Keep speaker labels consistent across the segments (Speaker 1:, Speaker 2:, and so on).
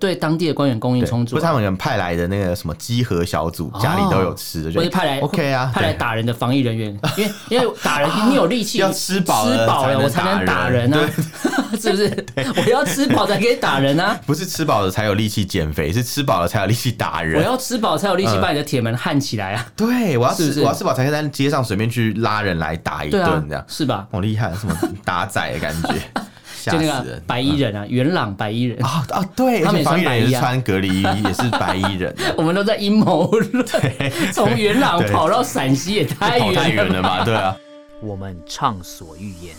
Speaker 1: 对当地的官员供应
Speaker 2: 对
Speaker 1: 充足
Speaker 2: 不
Speaker 1: 啊、
Speaker 2: 是他们可能派来的那个什么集合小组，
Speaker 1: 哦
Speaker 2: 家里都有吃的，
Speaker 1: 所以
Speaker 2: 就
Speaker 1: 派来
Speaker 2: OK 啊，
Speaker 1: 派来
Speaker 2: 对哦
Speaker 1: 打人的防疫人员，因为因为打人你有力气，
Speaker 2: 要吃饱了
Speaker 1: 吃饱
Speaker 2: 才
Speaker 1: 了
Speaker 2: 能
Speaker 1: 我才能
Speaker 2: 打
Speaker 1: 打
Speaker 2: 人
Speaker 1: 人啊， 是不是？我要吃饱才可以打人啊，
Speaker 2: 不是吃饱了才有力气减肥， 是吃饱了才有力气打
Speaker 1: 我
Speaker 2: 人。嗯
Speaker 1: 要吃饱才有力气把你的铁门焊起来啊，
Speaker 2: 对，我要吃，
Speaker 1: 是不是
Speaker 2: 我要吃饱才可以在街上随便去拉人来打一
Speaker 1: 对啊
Speaker 2: 顿，这样，
Speaker 1: 是吧？
Speaker 2: 好厉害，什么打仔的感觉，吓
Speaker 1: 就那
Speaker 2: 死
Speaker 1: 个
Speaker 2: 人。嗯
Speaker 1: 白衣人啊，元朗白衣人，
Speaker 2: 啊啊！对，
Speaker 1: 他
Speaker 2: 而
Speaker 1: 们也
Speaker 2: 且防
Speaker 1: 穿
Speaker 2: 疫人
Speaker 1: 白
Speaker 2: 也
Speaker 1: 衣
Speaker 2: 是
Speaker 1: 啊
Speaker 2: 穿隔离 衣，也是白衣人，
Speaker 1: 我们都在阴谋论，从元朗
Speaker 2: 对
Speaker 1: 跑到陕西也太
Speaker 2: 跑太
Speaker 1: 远
Speaker 2: 远
Speaker 1: 了吧
Speaker 2: 了吧？对啊，
Speaker 3: 我们畅所欲言；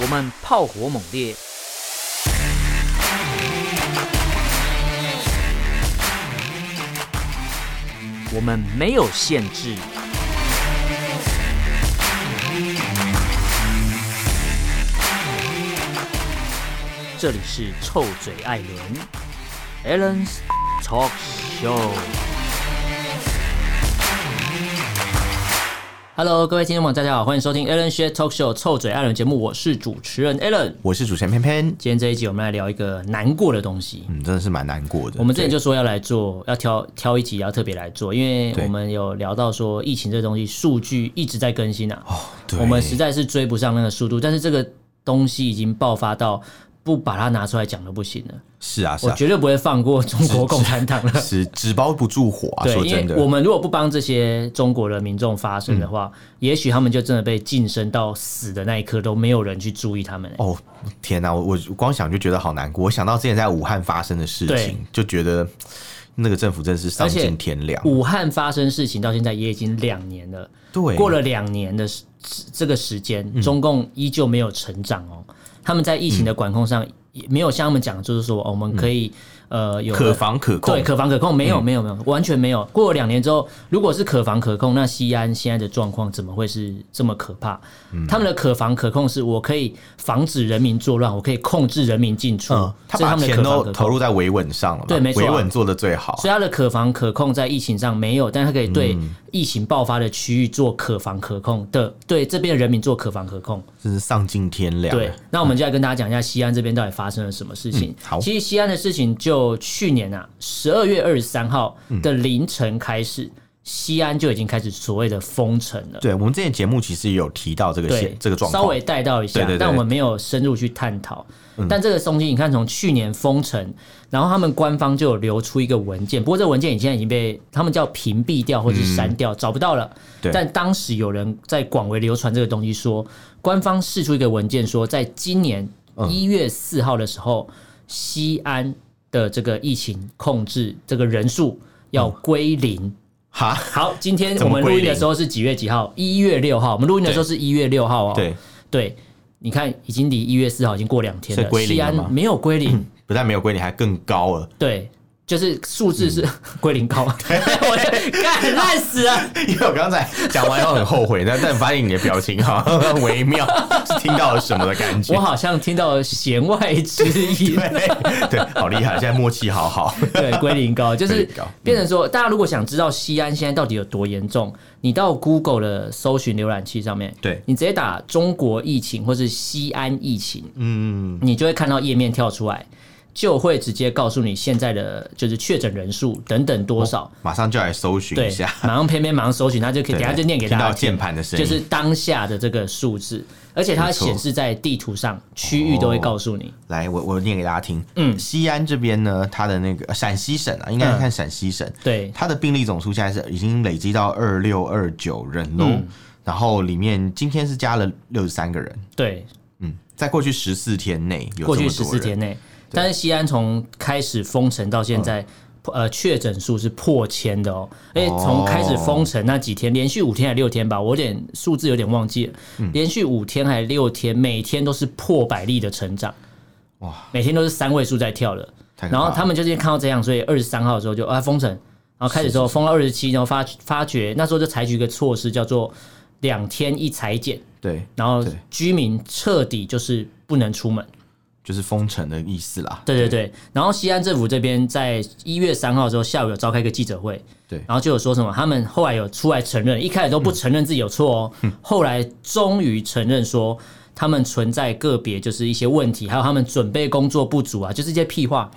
Speaker 3: 我们炮火猛烈；我们没有限制。这里是臭嘴艾伦 a l l e n s Talk Show。
Speaker 1: Hello，各位听众朋友，大家好，欢迎收听 Alan s h a r Talk Show 臭嘴艾伦节目，我是主持人 Alan。
Speaker 2: 我是主持人偏偏，
Speaker 1: 今天这一集我们来聊一个难过的东西。
Speaker 2: 嗯，真的是蛮难过的。
Speaker 1: 我们之前
Speaker 2: 对
Speaker 1: 就说要来做，要挑挑一集要特别来做，因为
Speaker 2: 对
Speaker 1: 我们有聊到说疫情这东西数据一直在更新啊，
Speaker 2: 哦对
Speaker 1: 我们实在是追不上那个速度，但是这个东西已经爆发到不把它拿出来讲都不行了，
Speaker 2: 是啊，是
Speaker 1: 我
Speaker 2: 啊，
Speaker 1: 绝对不会放过中国共产党了。
Speaker 2: 是纸包不住火啊！
Speaker 1: 对，
Speaker 2: 说
Speaker 1: 因
Speaker 2: 真
Speaker 1: 为
Speaker 2: 的，
Speaker 1: 我们如果不帮这些中国的民众发声的话，
Speaker 2: 嗯
Speaker 1: 也许他们就真的被晋升到死的那一刻都没有人去注意他们、
Speaker 2: 哦天哪、我我光想就觉得好难过。我想到之前在武汉发生的事情
Speaker 1: 对，
Speaker 2: 就觉得那个政府真是丧
Speaker 1: 而且
Speaker 2: 尽天良。
Speaker 1: 武汉发生事情到现在也已经两年了，
Speaker 2: 对，嗯
Speaker 1: 过了两年的时这个时间，中共依旧没有成长哦。他们在疫情的管控上也没有像他们讲，就是说、哦我们可以、呃有
Speaker 2: 嗯可防可控，嗯
Speaker 1: 对可防可控，没有、没有没有，完全没有。过了两年之后，如果是可防可控，那西安现在的状况怎么会是这么可怕？
Speaker 2: 嗯
Speaker 1: 他们的可防可控是我可以防止人民作乱，我可以控制人民进出，
Speaker 2: 嗯，他
Speaker 1: 这是
Speaker 2: 把
Speaker 1: 他们的
Speaker 2: 钱
Speaker 1: 可防
Speaker 2: 都
Speaker 1: 可控。
Speaker 2: 投入在维稳上了嘛，
Speaker 1: 对没错
Speaker 2: 维
Speaker 1: 啊
Speaker 2: 稳做的最好。
Speaker 1: 所以它的可防可控在疫情上没有，但它可以对
Speaker 2: 嗯
Speaker 1: 疫情爆发的区域做可防可控的，对这边的人民做可防可控。
Speaker 2: 真是丧尽天良。
Speaker 1: 对，那我们就来跟大家讲一下西安这边到底发生了什么事情。
Speaker 2: 嗯好
Speaker 1: 其实西安的事情就去年啊，十二月二十三号
Speaker 2: 嗯
Speaker 1: 的凌晨开始，西安就已经开始所谓的封城了。
Speaker 2: 对，我们之前节目其实也有提到这个
Speaker 1: 对
Speaker 2: 现，这个状况，
Speaker 1: 稍微带到一下，
Speaker 2: 对对对嗯
Speaker 1: 但我们没有深入去探讨。但这个东西，你看从去年封城，然后他们官方就有流出一个文件，不过这个文件现在已经被他们叫屏蔽掉或者是删掉，找不到了。
Speaker 2: 嗯对
Speaker 1: 但当时有人在广为流传这个东西说，官方释出一个文件说，在今年
Speaker 2: 嗯
Speaker 1: 一月四号的时候，西安的这个疫情控制这个人数要归零。
Speaker 2: 哈，
Speaker 1: 好，今天
Speaker 2: 嗯怎
Speaker 1: 我
Speaker 2: 么
Speaker 1: 们录
Speaker 2: 归
Speaker 1: 音的
Speaker 2: 零
Speaker 1: 时候是几月几号？一月六号。我们录音的时候是一月六号哦。
Speaker 2: 对，
Speaker 1: 对，你看，已经离一月四号已经过两天
Speaker 2: 所以
Speaker 1: 了，
Speaker 2: 归零
Speaker 1: 西
Speaker 2: 了吗嗯
Speaker 1: 安没有归零，
Speaker 2: 不但没有归你，还更高了，
Speaker 1: 对，就是数字
Speaker 2: 嗯
Speaker 1: 是归零 高，我干烂死 了，
Speaker 2: 因为我刚才讲完后很后悔，但 但发现你的表情好像很微妙， 是听到了什么的感觉
Speaker 1: 我。好像听到弦外之音。
Speaker 2: 对 对，好厉害！现在默契好好，
Speaker 1: 对，归零高就
Speaker 2: 归
Speaker 1: 是
Speaker 2: 零高嗯
Speaker 1: 变成说，大家如果想知道西安现在到底有多严重，你到 Google 的搜寻浏览器上面，
Speaker 2: 对
Speaker 1: 你直接打中国疫情或是西安疫情，
Speaker 2: 嗯，
Speaker 1: 你就会看到页面跳出来，就会直接告诉你现在的就是确诊人数等等多少。
Speaker 2: 马上就来搜寻
Speaker 1: 对
Speaker 2: 一下，，
Speaker 1: 马上偏偏马上搜寻，它就可以
Speaker 2: 对
Speaker 1: 等下就念给大
Speaker 2: 听
Speaker 1: 家
Speaker 2: 到
Speaker 1: 听
Speaker 2: 键盘的声
Speaker 1: 就
Speaker 2: 音，
Speaker 1: 是当下的这个数字，而且它
Speaker 2: 没错哦
Speaker 1: 显示在地图上，区域都会告诉你。
Speaker 2: 来，我我念给大家听。嗯，西安这边呢，它的那个呃陕西省啊，
Speaker 1: 嗯
Speaker 2: 应该是看陕西省，
Speaker 1: 对
Speaker 2: 它的病例总数现在是已经累积到二六二九人喽。
Speaker 1: 嗯
Speaker 2: 然后里面今天是加了六十三个人，
Speaker 1: 对，
Speaker 2: 嗯，在过去十四天内有
Speaker 1: 过去
Speaker 2: 这
Speaker 1: 十
Speaker 2: 么多
Speaker 1: 四
Speaker 2: 人
Speaker 1: 天内，但是西安从开始封城到现在。呃，确诊数是破千的哦，而且从开始封城那几天，连续五天还六天吧，我有点数字有点忘记了，
Speaker 2: 嗯
Speaker 1: 连续五天还六天，每天都是破百例的成长，
Speaker 2: 哇
Speaker 1: 哇，每天都是三位数在跳的。
Speaker 2: 太
Speaker 1: 然
Speaker 2: 可怕
Speaker 1: 后
Speaker 2: 了
Speaker 1: 他们就是看到这样，所以二十三号的时候就啊封城，然后开始之后封到二十七，然后发发觉那时候就采取一个措施叫做两天一裁剪，
Speaker 2: 对，
Speaker 1: 然后
Speaker 2: 对
Speaker 1: 居民彻底就是不能出门。
Speaker 2: 就是封城的意思啦。
Speaker 1: 对对对，然后西安政府这边在一月三号的时候下午有召开一个记者会，
Speaker 2: 对
Speaker 1: 然后就有说什么，他们后
Speaker 2: 嗯
Speaker 1: 来有出来承认，一开始都不承认自己有错哦，后来终于承认说他们存在个别就是一些问题，还有他们准备工作不足啊，就是一些屁话。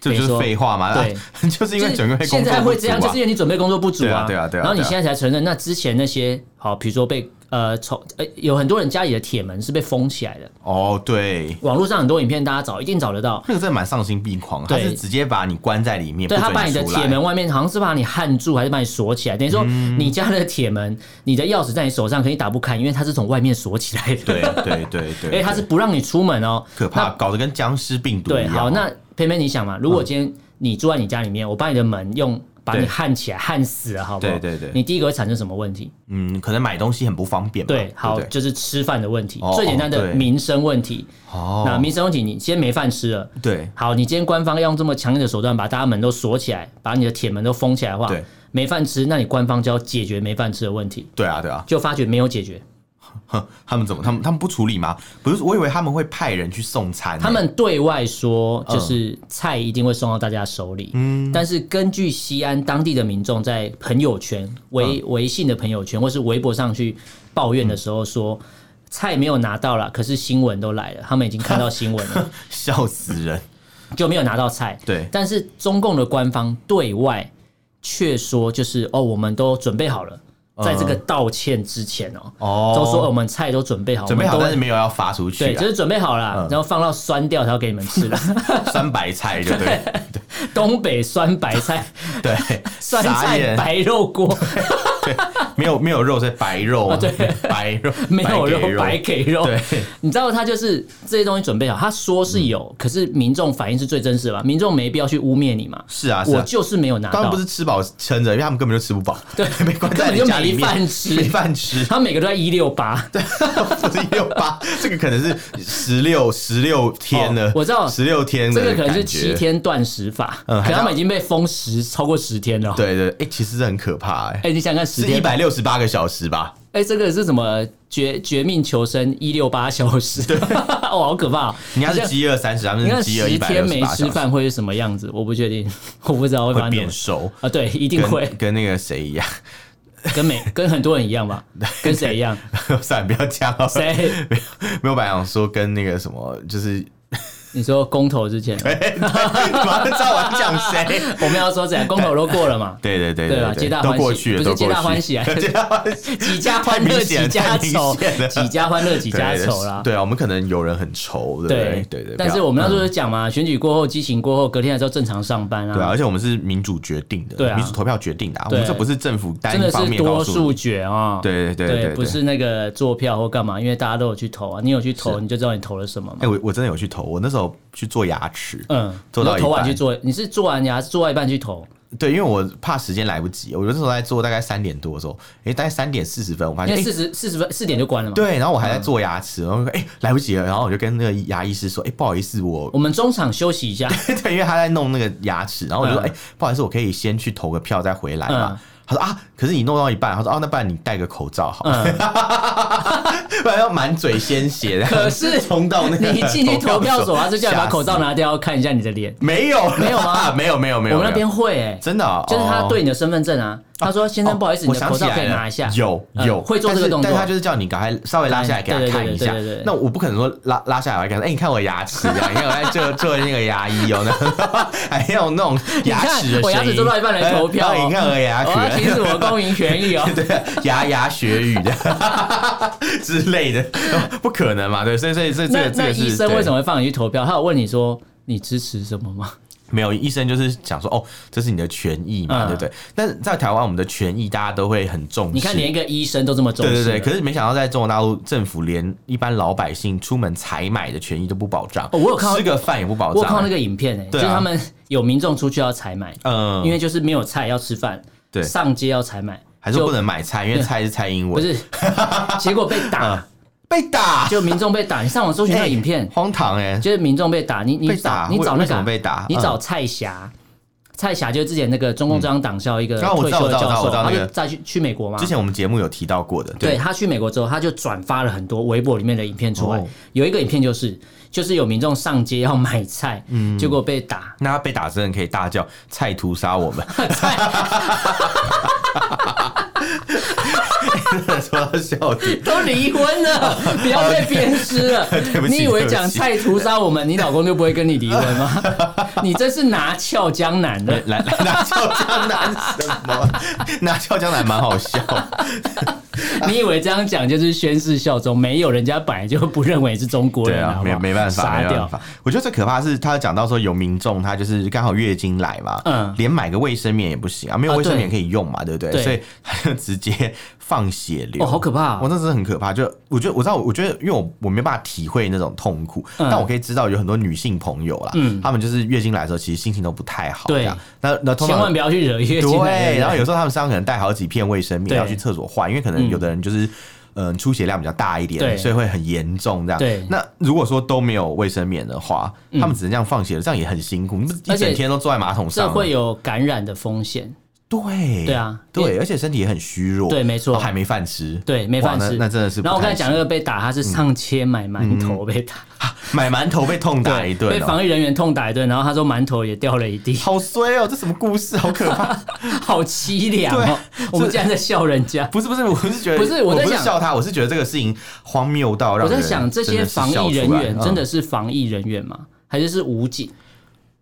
Speaker 2: 这就是废话嘛，
Speaker 1: 对，
Speaker 2: 就是因为整个
Speaker 1: 就是现在
Speaker 2: 啊
Speaker 1: 会这样，就是因为你准备工作不足
Speaker 2: 对啊对啊对啊
Speaker 1: 然后你
Speaker 2: 对啊
Speaker 1: 现在才承认，那之前那些好，比如说被呃从呃有很多人家里的铁门是被封起来的，
Speaker 2: 哦，对，
Speaker 1: 网络上很多影片大家找一定找得到。
Speaker 2: 那个真的蛮丧心病狂，他
Speaker 1: 对
Speaker 2: 是直接把你关在里面，
Speaker 1: 对
Speaker 2: 不
Speaker 1: 他
Speaker 2: 准
Speaker 1: 把你的
Speaker 2: 出来嗯
Speaker 1: 铁门外面好像是把你焊住，还是把你锁起来？等于说你家的铁门，你的钥匙在你手上，可以打不开，因为它是从外面锁起来的。
Speaker 2: 对对对 对，
Speaker 1: 哎，它是不让你出门哦。
Speaker 2: 可怕，搞得跟僵尸病毒一
Speaker 1: 对，
Speaker 2: 样。哦嗯
Speaker 1: 好，那偏偏你想嘛，如果今天你住在你家里面，我把你的门用把你
Speaker 2: 对
Speaker 1: 焊起来，焊死了，好不好？
Speaker 2: 对对对
Speaker 1: 你第一个会产生什么问题？
Speaker 2: 嗯，可能买东西很不方便嘛。
Speaker 1: 对，好，
Speaker 2: 不对
Speaker 1: 就是吃饭的问题，
Speaker 2: 哦
Speaker 1: 最简单的
Speaker 2: 对
Speaker 1: 民生问题。
Speaker 2: 哦，
Speaker 1: 那民生问题，你先没饭吃了。
Speaker 2: 对
Speaker 1: 好，你今天官方要用这么强硬的手段把大家门都锁起来，把你的铁门都封起来的话
Speaker 2: 对，
Speaker 1: 没饭吃，那你官方就要解决没饭吃的问题，
Speaker 2: 对啊对啊，
Speaker 1: 就发觉没有解决。
Speaker 2: 嗯哼，他们怎么他们他们不处理吗？不是，我以为他们会派人去送餐呢。
Speaker 1: 他们对外说，
Speaker 2: 嗯
Speaker 1: 就是菜一定会送到大家手里。嗯，但是根据西安当地的民众在朋友圈、微
Speaker 2: 嗯
Speaker 1: 微信的朋友圈或是微博上去抱怨的时候说。
Speaker 2: 嗯
Speaker 1: 菜没有拿到了，可是新闻都来了，他们已经看到新闻了，
Speaker 2: 欸笑死人，
Speaker 1: 就没有拿到菜。
Speaker 2: 对
Speaker 1: 但是中共的官方对外却说，就是哦，我们都准备好了，在这个道歉之前哦，
Speaker 2: 嗯哦
Speaker 1: 都说哦我们菜都准备好，
Speaker 2: 准备好，
Speaker 1: 我
Speaker 2: 但
Speaker 1: 们
Speaker 2: 是
Speaker 1: 都
Speaker 2: 没有要发出去
Speaker 1: 对，
Speaker 2: 啊
Speaker 1: 就，是准备好了，然后放到酸掉才要给你们吃 了。
Speaker 2: 酸白 菜就对
Speaker 1: 东北酸白菜、
Speaker 2: 对，
Speaker 1: 酸
Speaker 2: 傻
Speaker 1: 菜
Speaker 2: 眼
Speaker 1: 白肉 锅，
Speaker 2: 没有没有肉是白 肉啊，对， 白肉
Speaker 1: 哦没有肉
Speaker 2: 白给
Speaker 1: 白给肉。
Speaker 2: 对，
Speaker 1: 你知道他就是这些东西准备好，他说是有，
Speaker 2: 嗯
Speaker 1: 可是民众反应是最真实的吧？民众没必要去污蔑你嘛。
Speaker 2: 是啊是
Speaker 1: 我
Speaker 2: 啊。
Speaker 1: 就是没有拿
Speaker 2: 他们
Speaker 1: 到
Speaker 2: 不，是吃饱撑着，因为他们根本就吃不饱，对， 没关
Speaker 1: 根
Speaker 2: 在
Speaker 1: 本
Speaker 2: 你
Speaker 1: 就
Speaker 2: 家里
Speaker 1: 没
Speaker 2: 面
Speaker 1: 饭吃
Speaker 2: 没饭吃，
Speaker 1: 他每个都在一六八。
Speaker 2: 不是一六八，这个可能是十六十六天了、
Speaker 1: 哦我知道
Speaker 2: 十六天
Speaker 1: 这
Speaker 2: 的
Speaker 1: 个可能是
Speaker 2: 感觉
Speaker 1: 七。天断食法，
Speaker 2: 嗯
Speaker 1: 可
Speaker 2: 还
Speaker 1: 他
Speaker 2: 要
Speaker 1: 们已经被封十超过十天了。，
Speaker 2: 对对，哎、其实这很可怕、哎、
Speaker 1: 哎，你想想看十
Speaker 2: 是一
Speaker 1: 天，
Speaker 2: 百六十八个小时吧？
Speaker 1: 哎，这个是什么绝绝命求生一六八小时？ 哦，好可怕哦！
Speaker 2: 你要是饥饿三十，他们
Speaker 1: 你看
Speaker 2: 是饥饿
Speaker 1: 十
Speaker 2: 啊一百
Speaker 1: 天
Speaker 2: 六十
Speaker 1: 没
Speaker 2: 八
Speaker 1: 吃
Speaker 2: 小时，
Speaker 1: 饭会是什么样子？我不确定， 我不知道会发
Speaker 2: 会
Speaker 1: 生什
Speaker 2: 变
Speaker 1: 么
Speaker 2: 瘦，
Speaker 1: 啊，对，一定会
Speaker 2: 跟跟那个谁一样。
Speaker 1: 跟每跟很多人一样吧，跟谁一样？
Speaker 2: 算了，不要这样好了。
Speaker 1: 谁？
Speaker 2: 没有没有，本来想说跟那个什么，就是
Speaker 1: 你说公投之前，
Speaker 2: 哎对马上知道我要讲谁。
Speaker 1: 我们要说谁？啊公投都过了嘛？
Speaker 2: 对对对
Speaker 1: 对吧啊
Speaker 2: 对，
Speaker 1: 皆大
Speaker 2: 都
Speaker 1: 欢
Speaker 2: 过
Speaker 1: 喜
Speaker 2: 去了，
Speaker 1: 不是
Speaker 2: 都
Speaker 1: 皆
Speaker 2: 过
Speaker 1: 大
Speaker 2: 去
Speaker 1: 欢喜啊
Speaker 2: 皆大欢喜，
Speaker 1: 几家欢
Speaker 2: 太
Speaker 1: 乐
Speaker 2: 明显
Speaker 1: 几家
Speaker 2: 太明
Speaker 1: 愁
Speaker 2: 显，了
Speaker 1: 几家欢乐几家
Speaker 2: 对
Speaker 1: 愁啦。
Speaker 2: 对啊，我们可能有人很愁，对不对？对对。
Speaker 1: 但
Speaker 2: 不
Speaker 1: 是
Speaker 2: 要嗯
Speaker 1: 我们那时候就讲嘛，选举过后、激情过后，隔天还是要正常上班
Speaker 2: 对啊，
Speaker 1: 啊。
Speaker 2: 而且我们是民主决定的，
Speaker 1: 对啊
Speaker 2: 民主投票决定的、啊，我
Speaker 1: 对
Speaker 2: 们这不是政府单
Speaker 1: 真的
Speaker 2: 一方
Speaker 1: 是
Speaker 2: 面
Speaker 1: 多
Speaker 2: 告诉
Speaker 1: 数
Speaker 2: 你。
Speaker 1: 决啊，
Speaker 2: 对对对对
Speaker 1: 对，
Speaker 2: 对
Speaker 1: 不是那个坐票或干嘛，因为大家都有去投啊，你有去投你就知道你投了什么嘛
Speaker 2: 哎、。我我真的有去投，我那时候去做牙齿，
Speaker 1: 嗯，
Speaker 2: 做
Speaker 1: 你
Speaker 2: 到
Speaker 1: 都
Speaker 2: 一
Speaker 1: 投完
Speaker 2: 半
Speaker 1: 去做，你是做完牙做到一半去投，
Speaker 2: 对，因为我怕时间来不及，我那时候在做大概三点多的时候，哎、大概三点四十分，我发
Speaker 1: 因为
Speaker 2: 现哎、
Speaker 1: 四十四十分四点就关了嘛。，
Speaker 2: 对，然后我还在做牙齿，然后哎、来不及了，然后我就跟那个牙医师说，哎、不好意思，我
Speaker 1: 我们中场休息一下。
Speaker 2: 对，因为他在弄那个牙齿，然后我就说：“
Speaker 1: 嗯
Speaker 2: 哎、不好意思，我可以先去投个票再回来嘛。
Speaker 1: 嗯
Speaker 2: 他说：“啊，可是你弄到一半。”他说：“哦、那不然你戴个口罩好了， 不然要满嘴鲜
Speaker 1: 嗯
Speaker 2: 血。”
Speaker 1: 可是
Speaker 2: 冲到那个
Speaker 1: 你进去投票 所，
Speaker 2: 啊，
Speaker 1: 他就叫你把口罩拿掉，看一下你的脸。
Speaker 2: 没有啦
Speaker 1: 没有吗
Speaker 2: 没有没有没有，
Speaker 1: 我们那
Speaker 2: 没
Speaker 1: 边
Speaker 2: 有
Speaker 1: 会哎，
Speaker 2: 真的啊、
Speaker 1: 就是他
Speaker 2: 哦
Speaker 1: 对你的身份证啊，他说：“先生，不好意思，
Speaker 2: 我
Speaker 1: 你的
Speaker 2: 想
Speaker 1: 口
Speaker 2: 起
Speaker 1: 罩
Speaker 2: 来
Speaker 1: 可以
Speaker 2: 了，
Speaker 1: 拿一下。”
Speaker 2: 有
Speaker 1: 嗯
Speaker 2: 有
Speaker 1: 会做这个动作
Speaker 2: 但是但他就是叫你赶快稍微拉下来给
Speaker 1: 对对
Speaker 2: 他
Speaker 1: 对
Speaker 2: 看一下
Speaker 1: 对对对。
Speaker 2: 那我不可能说拉拉下来，我还给他说哎，你看我牙齿啊，你看我在做做那个牙医哦，那还有那种牙齿
Speaker 1: 你
Speaker 2: 的声音
Speaker 1: 看我牙齿做到一半来投票哦
Speaker 2: 哎你看我的牙
Speaker 1: 我要行
Speaker 2: 齿。。
Speaker 1: 使我的公民权益哦
Speaker 2: 对，牙牙学语的之类的，不可能嘛？对，所以所以这这
Speaker 1: 那
Speaker 2: 个这
Speaker 1: 那
Speaker 2: 个是
Speaker 1: 医生
Speaker 2: 对
Speaker 1: 为什么会放你去投票？他有问你说你支持什么吗？
Speaker 2: 没有，医生就是想说，哦，这是你的权益嘛，
Speaker 1: 嗯
Speaker 2: 对不对？但是在台湾，我们的权益大家都会很重视。
Speaker 1: 你看连一个医生都这么重
Speaker 2: 对
Speaker 1: 视
Speaker 2: 对
Speaker 1: 了，
Speaker 2: 对，可是没想到在中国大陆，政府连一般老百姓出门采买的权益都不保障，
Speaker 1: 哦我有看到
Speaker 2: 吃个饭也不保
Speaker 1: 我
Speaker 2: 障。
Speaker 1: 有看到那个影片哎，就
Speaker 2: 对啊
Speaker 1: 是他们有民众出去要采买，
Speaker 2: 嗯，
Speaker 1: 因为就是没有菜要吃饭，
Speaker 2: 对
Speaker 1: 上街要采买，
Speaker 2: 还是
Speaker 1: 就
Speaker 2: 不能买菜，因为菜是蔡英
Speaker 1: 不
Speaker 2: 文，
Speaker 1: 是，结果被
Speaker 2: 嗯
Speaker 1: 打，
Speaker 2: 被打，
Speaker 1: 就民众被打。你上网搜寻那个影片，
Speaker 2: 荒唐哎、
Speaker 1: 就是民众被打，你你
Speaker 2: 被打
Speaker 1: 找你找
Speaker 2: 为
Speaker 1: 那
Speaker 2: 为什
Speaker 1: 个啊
Speaker 2: 么被打
Speaker 1: 你
Speaker 2: 嗯
Speaker 1: 找蔡霞，蔡霞就是之前那个中共中央党校一个
Speaker 2: 啊我
Speaker 1: 退
Speaker 2: 知道
Speaker 1: 休的
Speaker 2: 我知道
Speaker 1: 教授，
Speaker 2: 我知道
Speaker 1: 他
Speaker 2: 那
Speaker 1: 就
Speaker 2: 个
Speaker 1: 再去去美国嘛
Speaker 2: 之。前我们节目有提到过的，
Speaker 1: 对他去美国之后，他就转发了很多微博里面的影片出来
Speaker 2: 哦，
Speaker 1: 有一个影片就是就是有民众上街要买菜，
Speaker 2: 嗯
Speaker 1: 结果被打，
Speaker 2: 那他被打真的可以大叫“ 菜屠杀我们”，说到笑点，
Speaker 1: 都离婚 了，不要再鞭尸了
Speaker 2: 对不。起
Speaker 1: 你以为
Speaker 2: 对不起
Speaker 1: 讲菜屠杀我们，你老公就不会跟你离婚吗？ 你这是拿翘江南的。
Speaker 2: 来来拿俏江南什么？ 拿俏江南蛮好笑，
Speaker 1: 你以为这样讲就是宣誓效忠？没有，人家本来就不认为是中国
Speaker 2: 对
Speaker 1: 人，
Speaker 2: 啊，
Speaker 1: 好不
Speaker 2: 没
Speaker 1: 好
Speaker 2: 没办法，
Speaker 1: 杀
Speaker 2: 没办
Speaker 1: 掉。
Speaker 2: 法。我觉得最可怕的是他讲到说有民众他就是刚好月经来嘛，
Speaker 1: 嗯
Speaker 2: 连买个卫生棉也不行啊，没有
Speaker 1: 啊
Speaker 2: 卫生棉
Speaker 1: 对
Speaker 2: 可以用嘛，对不对？
Speaker 1: 对
Speaker 2: 所以他就直接放血流，
Speaker 1: 哦，好可怕、哦！
Speaker 2: 我那真的很可怕，就我觉得我知道，我觉得因为我我没办法体会那种痛苦，
Speaker 1: 嗯
Speaker 2: 但我可以知道有很多女性朋友啦，
Speaker 1: 嗯
Speaker 2: 她们就是月经来的时候，其实心情都不太好，
Speaker 1: 对
Speaker 2: 这样，那那通
Speaker 1: 千万
Speaker 2: 常
Speaker 1: 不要去惹月经来的
Speaker 2: 对，
Speaker 1: 人。
Speaker 2: 然后有时候她们身上可能带好几片卫生棉，
Speaker 1: 对
Speaker 2: 要去厕所换，因为可能
Speaker 1: 嗯
Speaker 2: 有的人就是。嗯，出血量比较大一点，
Speaker 1: 对
Speaker 2: 所以会很严重这样。
Speaker 1: 对
Speaker 2: 那如果说都没有卫生棉的话，
Speaker 1: 嗯
Speaker 2: 他们只能这样放血，这样也很辛苦，你不是一
Speaker 1: 而且
Speaker 2: 整天都坐在马桶
Speaker 1: 这
Speaker 2: 上吗，
Speaker 1: 会有感染的风险。
Speaker 2: 对
Speaker 1: 对啊因
Speaker 2: 对，而且身体也很虚弱，
Speaker 1: 对没错
Speaker 2: 还没饭吃，
Speaker 1: 对，没饭
Speaker 2: 哇
Speaker 1: 吃
Speaker 2: 那那真的是不
Speaker 1: 然
Speaker 2: 太行。
Speaker 1: 后我刚才讲那个被打，他是上街买馒头被打，
Speaker 2: 买馒头被痛 打
Speaker 1: 对，
Speaker 2: 一顿、
Speaker 1: 被
Speaker 2: 哦，
Speaker 1: 防疫人员痛打一顿，然后他说馒头也掉了一地，
Speaker 2: 好衰哦！这什么故事？好 可怕！
Speaker 1: 好凄凉哦。
Speaker 2: 啊
Speaker 1: 我们竟然在笑人家。
Speaker 2: 不是不是，我是觉得
Speaker 1: 不是我在
Speaker 2: 不是
Speaker 1: 想
Speaker 2: 笑他，我是觉得这个事情荒谬到让
Speaker 1: 我在
Speaker 2: 人
Speaker 1: 想，这
Speaker 2: 真
Speaker 1: 些
Speaker 2: 的是
Speaker 1: 防
Speaker 2: 笑
Speaker 1: 疫
Speaker 2: 出
Speaker 1: 人
Speaker 2: 来
Speaker 1: 员真的
Speaker 2: 嗯
Speaker 1: 是防疫人员吗？还是是武警？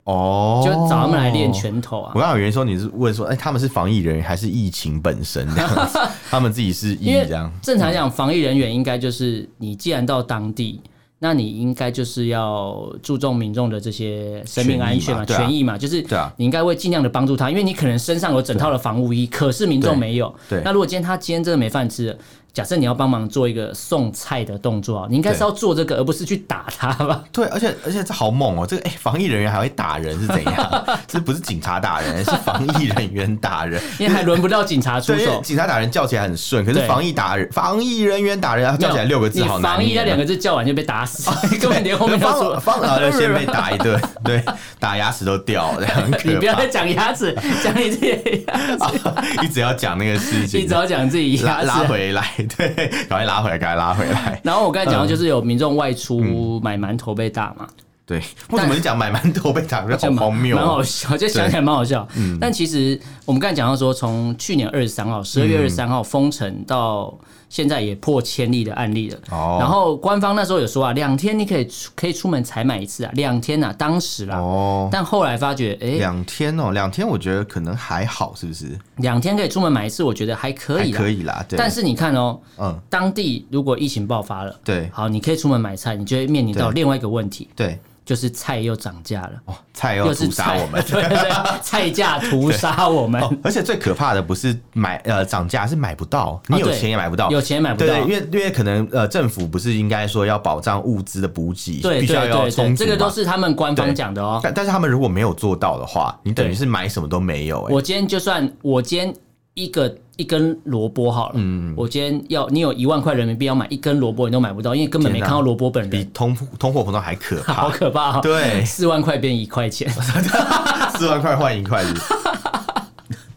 Speaker 2: 哦，
Speaker 1: 就找他们来练。拳头啊
Speaker 2: 我？刚刚有人说你是问说，哎、他们是防疫人员还是疫情本身 这样子？他们自己是疫
Speaker 1: 因为
Speaker 2: 这样，
Speaker 1: 正常讲，防疫人员应该就是你既然到当地，那你应该就是要注重民众的这些生命安全嘛、
Speaker 2: 权益嘛对啊
Speaker 1: 权益嘛，就是
Speaker 2: 对啊
Speaker 1: 你应该会尽量的帮助他，因为你可能身上有整套的防护衣，可是民众
Speaker 2: 对
Speaker 1: 没有。
Speaker 2: 对
Speaker 1: 那如果今天他今天真的没饭吃了，假设你要帮忙做一个送菜的动作啊，你应该是
Speaker 2: 对
Speaker 1: 要做这个，而不是去打他吧？
Speaker 2: 对，而且而且这好猛哦！这个哎、防疫人员还会打人是 怎样？这不是警察打人，是防疫人员打人。
Speaker 1: 因为还轮不到警察出
Speaker 2: 对，因为
Speaker 1: 手。
Speaker 2: 警察打人叫起来很顺，可是
Speaker 1: 对
Speaker 2: 防疫打人，防疫人员打人啊，
Speaker 1: 没
Speaker 2: 叫
Speaker 1: 有
Speaker 2: 起来六个字
Speaker 1: 你
Speaker 2: 好难
Speaker 1: 防疫
Speaker 2: 念
Speaker 1: 那
Speaker 2: 啊
Speaker 1: 两个字叫完就被打 死， 根本连后面都说
Speaker 2: 方方老人先被打一顿，对，打牙齿都掉，这样很
Speaker 1: 你
Speaker 2: 可
Speaker 1: 不要再讲牙齿，讲你自己的牙齿，
Speaker 2: 怕。一直要讲那个 事
Speaker 1: 你
Speaker 2: 情
Speaker 1: 只，要讲自己牙
Speaker 2: 拉拉
Speaker 1: 齿。
Speaker 2: 回来， 对，赶快拉回来，赶快拉回 来。
Speaker 1: 然后我刚才讲到，就是有民众外
Speaker 2: 嗯
Speaker 1: 出买馒头被打嘛，
Speaker 2: 对，为什么你讲买馒头被打，觉得好荒谬
Speaker 1: 蛮好
Speaker 2: 哦？嗯
Speaker 1: 笑，就想起来蛮好笑。但其实我们刚才讲到说，从去年二十三号，十二月二十三
Speaker 2: 嗯
Speaker 1: 号封城到现在也破千例的案例了。
Speaker 2: 哦
Speaker 1: 然后官方那时候有说啊，两天你可以出可以出门采买一次啊，两天呐、啊，当时啦。
Speaker 2: 哦，
Speaker 1: 但后来发觉，哎，
Speaker 2: 两天哦，两天我觉得可能还好，是不是？
Speaker 1: 两天可以出门买一次，我觉得还可
Speaker 2: 还
Speaker 1: 以啦。
Speaker 2: 可以啦，对。
Speaker 1: 但是你看哦，
Speaker 2: 嗯，
Speaker 1: 当地如果疫情爆发了，
Speaker 2: 对
Speaker 1: 好，你可以出门买菜，你就会面临到
Speaker 2: 对
Speaker 1: 另外一个问题，
Speaker 2: 对，
Speaker 1: 就是菜又涨价了，
Speaker 2: 哦，菜
Speaker 1: 又
Speaker 2: 要
Speaker 1: 是
Speaker 2: 屠杀
Speaker 1: 菜
Speaker 2: 我们。
Speaker 1: 对对对，菜价屠杀我们，
Speaker 2: 哦，而且最可怕的不是买呃涨价，是买不到，你有
Speaker 1: 哦对
Speaker 2: 钱也买不到，
Speaker 1: 有钱买不
Speaker 2: 对
Speaker 1: 到
Speaker 2: 哦对，。因为因为可能呃，政府不是应该说要保障物资的补给，
Speaker 1: 对
Speaker 2: 必须要
Speaker 1: 对
Speaker 2: 要
Speaker 1: 对
Speaker 2: 充
Speaker 1: 对，
Speaker 2: 足
Speaker 1: 这个都
Speaker 2: 嘛
Speaker 1: 是他们官方讲的哦。
Speaker 2: 但但是他们如果没有做到的话，你等于
Speaker 1: 对
Speaker 2: 是买什么都没有、欸。
Speaker 1: 我今天就算我今天一个一根萝卜好了，
Speaker 2: 嗯
Speaker 1: 我今天要你有一万块人民币要买一根萝卜，你都买不到，因为根本没
Speaker 2: 天哪
Speaker 1: 看到萝卜本
Speaker 2: 比
Speaker 1: 人，
Speaker 2: 通通货膨胀还可
Speaker 1: 好
Speaker 2: 怕，
Speaker 1: 可怕哦。
Speaker 2: 对
Speaker 1: 四万块变一块钱，
Speaker 2: 四万块换一块是不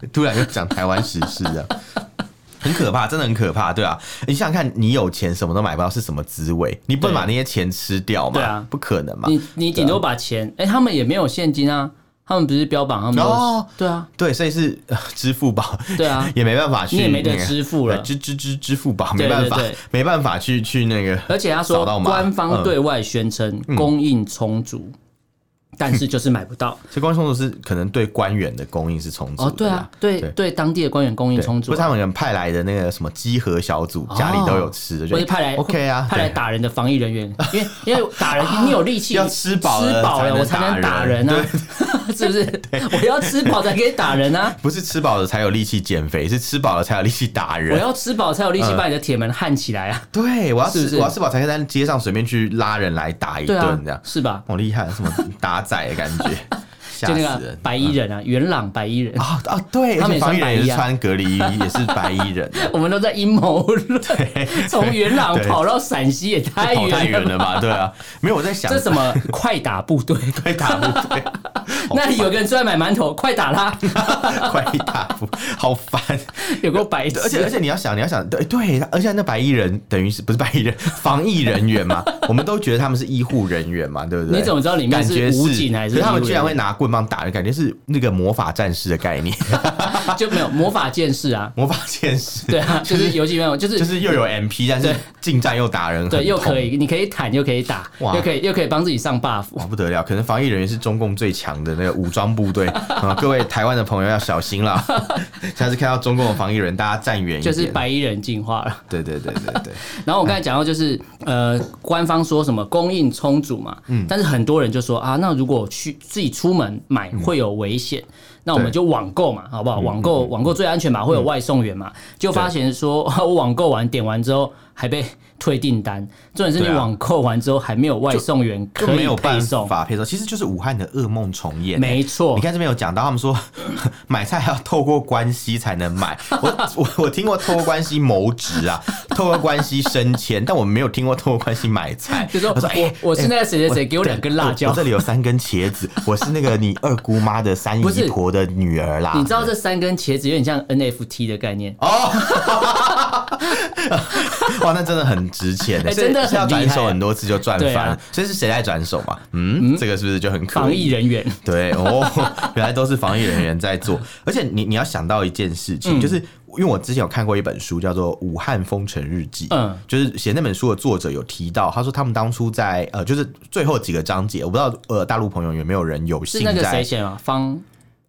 Speaker 2: 是突然又讲台湾时事了，很可怕，真的很可怕，对啊。你想想看，你有钱什么都买不到是什么滋味？你不能
Speaker 1: 对
Speaker 2: 把那些钱吃掉嘛？
Speaker 1: 对啊
Speaker 2: 不可能嘛。
Speaker 1: 你你
Speaker 2: 啊
Speaker 1: 顶多把钱，哎，他们也没有现金啊，他们不是标榜他们
Speaker 2: 哦
Speaker 1: 都对啊，
Speaker 2: 对，所以是、呃支付宝，
Speaker 1: 对啊
Speaker 2: 也没办法去、
Speaker 1: 你
Speaker 2: 那
Speaker 1: 也
Speaker 2: 个
Speaker 1: 没得支付了
Speaker 2: 对支支支支付宝
Speaker 1: 对
Speaker 2: 没办法，
Speaker 1: 对对
Speaker 2: 没办法去去那个，
Speaker 1: 而且他
Speaker 2: 扫
Speaker 1: 说
Speaker 2: 到码
Speaker 1: 官方
Speaker 2: 嗯
Speaker 1: 对外宣称供应充足，但是就是买不到。
Speaker 2: 这官冲突是可能对官员的供应 是充足的
Speaker 1: 哦，对啊，对
Speaker 2: 对
Speaker 1: 对，当地的官员供应
Speaker 2: 对
Speaker 1: 充足啊
Speaker 2: 不是，他们人派来的那个什么集合小组，家里都有吃的，
Speaker 1: 哦或者
Speaker 2: 就
Speaker 1: 派来
Speaker 2: OK 啊，
Speaker 1: 派来
Speaker 2: 对
Speaker 1: 打人的防疫人员，因为因为打 人你有力气，
Speaker 2: 要吃饱了
Speaker 1: 吃饱了我
Speaker 2: 才
Speaker 1: 才
Speaker 2: 能
Speaker 1: 能
Speaker 2: 打
Speaker 1: 打
Speaker 2: 人
Speaker 1: 人啊， 是不是？我要吃饱才可以打人啊，
Speaker 2: 不是吃饱了才有力气减肥，是吃饱了才有力气打
Speaker 1: 我
Speaker 2: 人。
Speaker 1: 要吃饱才有力气把你的铁门焊起来啊，
Speaker 2: 对，我要吃，
Speaker 1: 是不是
Speaker 2: 我要吃饱才可以在街上随便去拉人来打一
Speaker 1: 对啊
Speaker 2: 顿，这样，，
Speaker 1: 是吧？
Speaker 2: 好厉害，什么打仔的感 觉，嗯吓
Speaker 1: 就那
Speaker 2: 死
Speaker 1: 个
Speaker 2: 人。嗯
Speaker 1: 白衣人啊，元朗白衣人，
Speaker 2: 啊啊！对，
Speaker 1: 他
Speaker 2: 而
Speaker 1: 们
Speaker 2: 且
Speaker 1: 也
Speaker 2: 防疫
Speaker 1: 穿
Speaker 2: 人也
Speaker 1: 白
Speaker 2: 是
Speaker 1: 衣啊
Speaker 2: 穿隔离衣，也是白衣 人，
Speaker 1: 我们都在阴谋论，从元朗
Speaker 2: 对
Speaker 1: 跑到陕西也太
Speaker 2: 跑太
Speaker 1: 远
Speaker 2: 远
Speaker 1: 了吧
Speaker 2: 了吧？对啊，没有我在想
Speaker 1: 这什么快打部队？
Speaker 2: 对打不对，好
Speaker 1: 那里有个人正在买馒头，快打他！
Speaker 2: 哦快一大步，好烦。
Speaker 1: 有个白痴，
Speaker 2: 而且而且你要想，你要想，对对，而且那白衣人等于是不是白衣人， 防疫人员嘛， 我们都觉得他们是医护人员嘛，对不对？
Speaker 1: 你怎么知道里面
Speaker 2: 感觉
Speaker 1: 是武警还是
Speaker 2: 可他们
Speaker 1: 医护人员
Speaker 2: 居然会拿棍棒打人，感觉是那个魔法战士的概 念，
Speaker 1: 就没有魔法剑士啊。
Speaker 2: 魔法剑士。
Speaker 1: 对 啊，就是游戏没有，就是、
Speaker 2: 就是又有 MP，但是
Speaker 1: 对
Speaker 2: 近战又打人，
Speaker 1: 对，
Speaker 2: 很
Speaker 1: 又
Speaker 2: 痛
Speaker 1: 可以，你可以坦，又可以打，
Speaker 2: 哇
Speaker 1: 又可以又可以帮自己上 buff。
Speaker 2: 哇，不得了！可能防疫人员是中共最强的那个武装部 队啊，各位台湾的朋友要小心了， 下次看到中共的防疫人，大家站远一
Speaker 1: 就
Speaker 2: 点。
Speaker 1: 是白衣人进化了。
Speaker 2: 对对对对对，
Speaker 1: 然后我刚才讲到，就是呃，官方说什么供应充足嘛，
Speaker 2: 嗯
Speaker 1: 但是很多人就说啊，那如果去自己出门买会有危险，那我们就网购嘛，好不
Speaker 2: 嗯
Speaker 1: 好？网购网购最安全嘛，会有外送员嘛，就发现说 我网购完点完之后还被退订单，重点是
Speaker 2: 对
Speaker 1: 你
Speaker 2: 啊
Speaker 1: 网购完之后还没有外送员
Speaker 2: 就
Speaker 1: 可
Speaker 2: 没
Speaker 1: 以
Speaker 2: 有
Speaker 1: 配
Speaker 2: 办
Speaker 1: 送，
Speaker 2: 法配送，其实就是武汉的噩梦重演。
Speaker 1: 没错
Speaker 2: 你。看这边有讲到，他们说 买菜还要透过关系才能买。我我我听过透过关系谋职啊， 透过关系升迁，但我没有听过透过关系买菜。
Speaker 1: 就说
Speaker 2: 我说哎
Speaker 1: 我我是那个谁谁谁给我两根辣
Speaker 2: 我
Speaker 1: 椒
Speaker 2: 我，这里有三根茄子，我是那个你二姑妈的三
Speaker 1: 不是
Speaker 2: 姨婆的哦女儿啦。
Speaker 1: 你知道这三根茄子有点像 NFT 的概念，
Speaker 2: 哇，那真的很值钱的，
Speaker 1: 哎真的很
Speaker 2: 是要
Speaker 1: 厉
Speaker 2: 转
Speaker 1: 害
Speaker 2: 手很多次就赚
Speaker 1: 对
Speaker 2: 翻
Speaker 1: 啊
Speaker 2: 了。所以是谁来转手嘛？嗯，这个是不是就很可疑
Speaker 1: 防疫人员。
Speaker 2: 对哦， 原来都是防疫人员在做，而且你你要想到一件事
Speaker 1: 嗯
Speaker 2: 情，就是因为我之前有看过一本书，叫做《武汉封城日记》，
Speaker 1: 嗯
Speaker 2: 嗯，就是写那本书的作者有提到，他说他们当初在呃，就是最后几个章节，我不知道呃，大陆朋友有没有人有
Speaker 1: 是
Speaker 2: 幸
Speaker 1: 那个谁
Speaker 2: 在。
Speaker 1: 写啊？方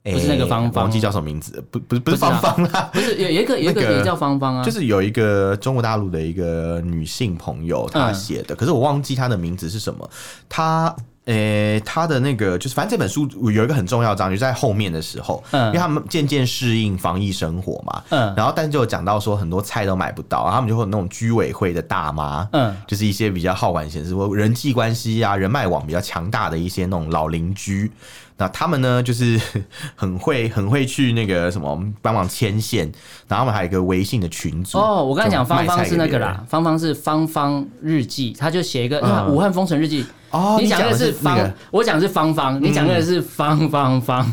Speaker 1: 不是
Speaker 2: 哎
Speaker 1: 那个芳芳
Speaker 2: 忘记叫什么名字，不不不
Speaker 1: 不
Speaker 2: 是
Speaker 1: 是啊
Speaker 2: 芳芳啦，
Speaker 1: 不是有有一个有一个
Speaker 2: 那个
Speaker 1: 也叫芳芳啊，
Speaker 2: 就是有一个中国大陆的一个女性朋友她写
Speaker 1: 嗯
Speaker 2: 的，可是我忘记她的名字是什么。她呃、她的那个就是，反正这本书有一个很重要的章节，就在后面的时候，
Speaker 1: 嗯
Speaker 2: 因为他们渐渐适应防疫生活嘛，
Speaker 1: 嗯
Speaker 2: 然后但就有讲到说很多菜都买不到，然后他们就会有那种居委会的大妈，
Speaker 1: 嗯
Speaker 2: 就是一些比较好管闲事或人际关系啊、人脉网比较强大的一些那种老邻居。那他们呢，就是 很会很会去那个什么帮忙牵线，然后他们还有一个微信的群组。
Speaker 1: 哦，我刚才讲
Speaker 2: 就卖
Speaker 1: 芳
Speaker 2: 菜
Speaker 1: 芳是那个
Speaker 2: 给别
Speaker 1: 啦
Speaker 2: 人。，嗯
Speaker 1: 芳芳是芳芳日记，他就写一个因为《武汉封城日记》。
Speaker 2: 哦，
Speaker 1: 你讲
Speaker 2: 的
Speaker 1: 的是
Speaker 2: 那
Speaker 1: 芳
Speaker 2: 个，
Speaker 1: 我讲的是芳芳，你讲的是芳芳芳，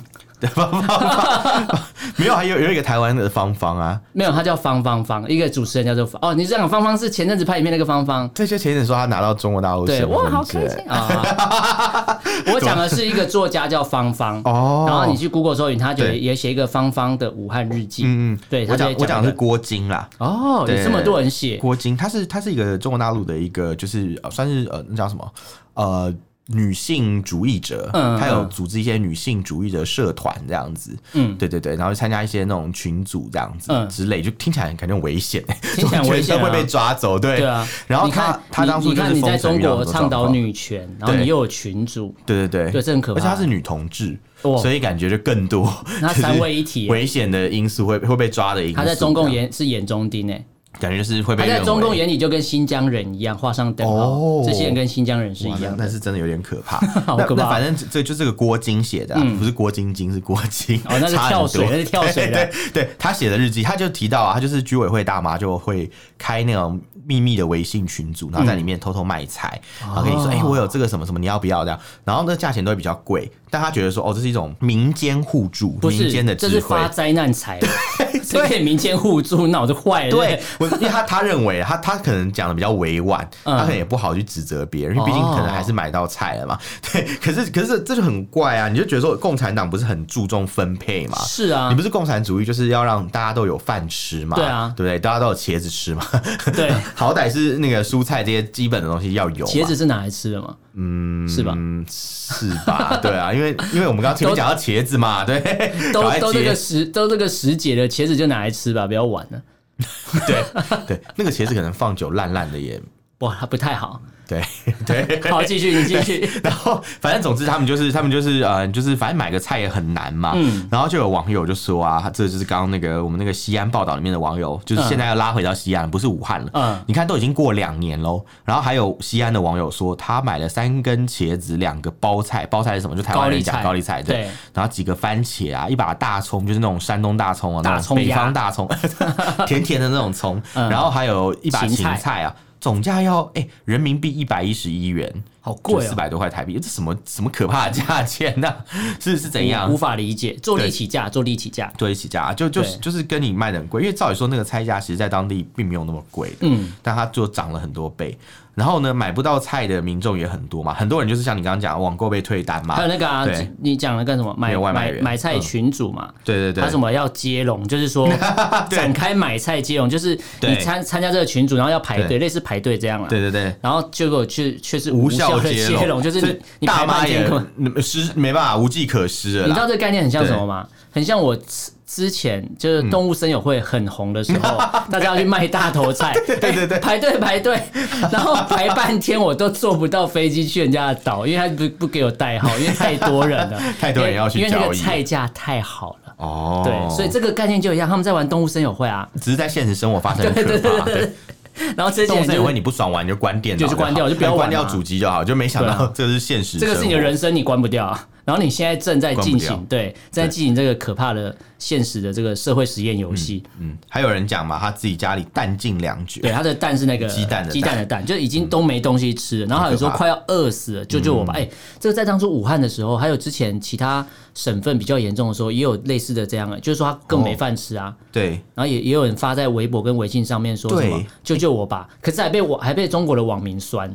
Speaker 2: 没有，还有有一个台湾的芳芳啊，
Speaker 1: 没有，他叫芳芳芳，一个主持人叫做芳哦，你是讲芳芳是前阵子拍影片那个芳芳，
Speaker 2: 这些前阵说他拿到中国大陆
Speaker 1: 对
Speaker 2: 身份
Speaker 1: 哇，好
Speaker 2: 证
Speaker 1: 开心啊！ 我讲的是一个作家叫芳芳，
Speaker 2: 哦
Speaker 1: 然后你去 Google 搜寻，他就
Speaker 2: 对
Speaker 1: 也写一个芳芳的《武汉日记》，
Speaker 2: 嗯嗯，
Speaker 1: 对，他
Speaker 2: 我
Speaker 1: 就
Speaker 2: 讲我讲
Speaker 1: 一个
Speaker 2: 的是郭晶啦，
Speaker 1: 哦，有
Speaker 2: 对
Speaker 1: 这么多人写，
Speaker 2: 郭晶，她是她是一个中国大陆的一个，就是、呃、算是呃那叫什么呃女性主义者，
Speaker 1: 嗯嗯
Speaker 2: 她有组织一些女性主义的社团这样子，
Speaker 1: 嗯
Speaker 2: 对对对，然后参加一些那种群组这样子、
Speaker 1: 嗯
Speaker 2: 之类，就听起来感觉很危险，欸
Speaker 1: 听起来很危险啊
Speaker 2: 会被抓走，对
Speaker 1: 对啊，
Speaker 2: 然后
Speaker 1: 你看
Speaker 2: 她她
Speaker 1: 你
Speaker 2: 当初
Speaker 1: 你
Speaker 2: 就
Speaker 1: 看
Speaker 2: 是
Speaker 1: 你在
Speaker 2: 封城
Speaker 1: 中
Speaker 2: 遇到
Speaker 1: 国
Speaker 2: 很多
Speaker 1: 倡导
Speaker 2: 状况，
Speaker 1: 女权，然后
Speaker 2: 对
Speaker 1: 你又有群 主，
Speaker 2: 对对对，
Speaker 1: 对这很可怕
Speaker 2: 而且她是女同志。
Speaker 1: 哇
Speaker 2: 所以感觉就更多，
Speaker 1: 那
Speaker 2: 就是
Speaker 1: 三位一体耶啊
Speaker 2: 危险的因素会会被抓的因素。
Speaker 1: 他在中共
Speaker 2: 这样
Speaker 1: 眼是眼中钉诶，
Speaker 2: 感觉就是会被
Speaker 1: 他在
Speaker 2: 认
Speaker 1: 中共
Speaker 2: 为
Speaker 1: 眼里就跟新疆人一样画上等号
Speaker 2: 哦，
Speaker 1: 这些人跟新疆人是
Speaker 2: 哇
Speaker 1: 一样
Speaker 2: 那
Speaker 1: 的
Speaker 2: 那。是真的有点可怕。
Speaker 1: 好
Speaker 2: 那
Speaker 1: 可怕嗯
Speaker 2: 那反正这这就这个郭晶写的、啊，不是郭晶晶，是郭晶。
Speaker 1: 哦那是
Speaker 2: 差很
Speaker 1: 跳水
Speaker 2: 多
Speaker 1: 那是跳水的
Speaker 2: 对对对，他写的日记，他就提到啊，他就是居委会大妈就会开那种秘密的微信群组，然后在里面偷偷卖菜，
Speaker 1: 嗯
Speaker 2: 然后跟你
Speaker 1: 哦
Speaker 2: 说，哎、我有这个什么什么，你要不要这样？然后那价钱都会比较贵，但他觉得说，哦，这是一种民间互助，
Speaker 1: 不
Speaker 2: 民
Speaker 1: 是
Speaker 2: 间的，
Speaker 1: 这
Speaker 2: 智
Speaker 1: 是发
Speaker 2: 慧。
Speaker 1: 灾难 财，这给民间互助，脑子坏了。
Speaker 2: 对，我因为他他认为啊他他可能讲的比较委婉，
Speaker 1: 嗯哦
Speaker 2: 他可能也不好去指责别人，因为毕竟可能还是买到菜了嘛。 对，可是可是这就很怪啊！你就觉得说共产党不是很注重分配嘛？
Speaker 1: 是啊
Speaker 2: 你不是共产主义就是要让大家都有饭吃嘛？
Speaker 1: 对啊
Speaker 2: 对不对？大家都有茄子吃嘛？
Speaker 1: 不对，对，
Speaker 2: 好歹是那个蔬菜这些基本的东西要有嘛。
Speaker 1: 茄子是拿来吃的 嘛？嗯，是吧？
Speaker 2: 嗯，是吧？对啊，因为因为我们刚刚前面讲到茄子嘛，对，
Speaker 1: 都
Speaker 2: 搞来
Speaker 1: 都这
Speaker 2: 茄
Speaker 1: 个时都这个时节了，茄子就拿来吃吧，不要玩了。
Speaker 2: 对对，那个茄子可能放久烂烂的也
Speaker 1: 哇，它不太好。
Speaker 2: 对 对。
Speaker 1: 好，继续，你继 续。
Speaker 2: 然后反正总之他们就是他们就是呃就是反正买个菜也很难嘛，
Speaker 1: 嗯
Speaker 2: 然后就有网友就说啊，这就是刚刚那个我们那个西安报道里面的网友，就是现在要拉回到西安，不是武汉了，
Speaker 1: 嗯
Speaker 2: 你看都已经过两年喽，然后还有西安的网友说他买了三根茄子，两个包菜，包菜是什么？就台湾人讲
Speaker 1: 高
Speaker 2: 高
Speaker 1: 丽
Speaker 2: 丽
Speaker 1: 菜
Speaker 2: 菜对，
Speaker 1: 对
Speaker 2: 然后几个番茄啊，一把大葱，就是那种山东大葱啊，那
Speaker 1: 大
Speaker 2: 种
Speaker 1: 葱
Speaker 2: 北
Speaker 1: 芽嗯
Speaker 2: 方大葱，甜甜的那种葱，然后还有一把
Speaker 1: 芹
Speaker 2: 芹
Speaker 1: 菜
Speaker 2: 菜啊。总价要哎、人民币一百一十一元，
Speaker 1: 好贵
Speaker 2: 四
Speaker 1: 哦，
Speaker 2: 百多块台币，这什么什么可怕的价钱呐、 是是怎样
Speaker 1: 无？法理解，坐立起价，坐立起价。
Speaker 2: 对，起价啊就就是
Speaker 1: 对
Speaker 2: 就是跟你卖的很贵，因为照理说那个菜价其实在当地并没有那么贵的，
Speaker 1: 嗯，
Speaker 2: 但它就涨了很多倍。然后呢，买不到菜的民众也很多嘛，很多人就是像你刚刚讲，网购被退单嘛
Speaker 1: 还有，那个啊
Speaker 2: 对，
Speaker 1: 你讲了干什么？
Speaker 2: 没
Speaker 1: 买
Speaker 2: 有外卖
Speaker 1: 买
Speaker 2: 员
Speaker 1: 买菜
Speaker 2: 嗯
Speaker 1: 群主嘛，
Speaker 2: 对对对，
Speaker 1: 他什么要接龙，就是 说展开买菜接龙，就是你
Speaker 2: 对
Speaker 1: 参参加这个群组，然后要排
Speaker 2: 对
Speaker 1: 队，类似排队这样啦。
Speaker 2: 对对对。
Speaker 1: 然后结果却却是
Speaker 2: 无
Speaker 1: 效
Speaker 2: 效
Speaker 1: 的
Speaker 2: 接
Speaker 1: 龙，就是
Speaker 2: 所
Speaker 1: 你
Speaker 2: 以
Speaker 1: 你
Speaker 2: 大
Speaker 1: 排
Speaker 2: 妈
Speaker 1: 半天
Speaker 2: 也
Speaker 1: 根本
Speaker 2: 嗯失没办法，无计可施了
Speaker 1: 你知
Speaker 2: 啦。
Speaker 1: 道这个概念很像什么吗？很像我之之前
Speaker 2: 嗯
Speaker 1: 就是动物森友会很红的时 候，大家要去卖大头菜，对
Speaker 2: 对对对
Speaker 1: 排队排 队，然后排半天我都坐不到飞机去人家的岛，因为他不不给我代号，因为太多人了，
Speaker 2: 太多人要去
Speaker 1: 因为因为那
Speaker 2: 交
Speaker 1: 个
Speaker 2: 易
Speaker 1: 菜价太好了，
Speaker 2: 哦，
Speaker 1: 对，所以这个概念就一样，他们在玩动物森友会啊，
Speaker 2: 只是在现实生活发生 很可怕。对，
Speaker 1: 然后这些
Speaker 2: 动物
Speaker 1: 人
Speaker 2: 嗯森友
Speaker 1: 就
Speaker 2: 会
Speaker 1: 是
Speaker 2: 你不爽玩你就关电脑
Speaker 1: 就
Speaker 2: 好，
Speaker 1: 是关掉就不要玩
Speaker 2: 关掉
Speaker 1: 嘛
Speaker 2: 主机就好，就没想
Speaker 1: 对
Speaker 2: 到
Speaker 1: 啊
Speaker 2: 这是现实。
Speaker 1: 这个是你的，人生，你关不掉啊。然后你现在正在进
Speaker 2: 关
Speaker 1: 行
Speaker 2: 不，
Speaker 1: 对，正在进行这个可怕的现实的这个社会实验游戏。
Speaker 2: 嗯，还有人讲嘛，他自己家里弹尽粮绝，
Speaker 1: 对，啊它的蛋是那个
Speaker 2: 鸡蛋的嗯蛋
Speaker 1: 鸡蛋的蛋，就已经都没东西吃了。然后还有说快要饿死了，救救
Speaker 2: 嗯
Speaker 1: 我吧！哎、这个在当初武汉的时候，还有之前其他省份比较严重的时候，也有类似的这样的，就是说他更没饭吃啊。
Speaker 2: 对
Speaker 1: 然后也也有人发在微博跟微信上面说什么
Speaker 2: 对
Speaker 1: “救救我吧”，可是还被我还被中国的网民酸，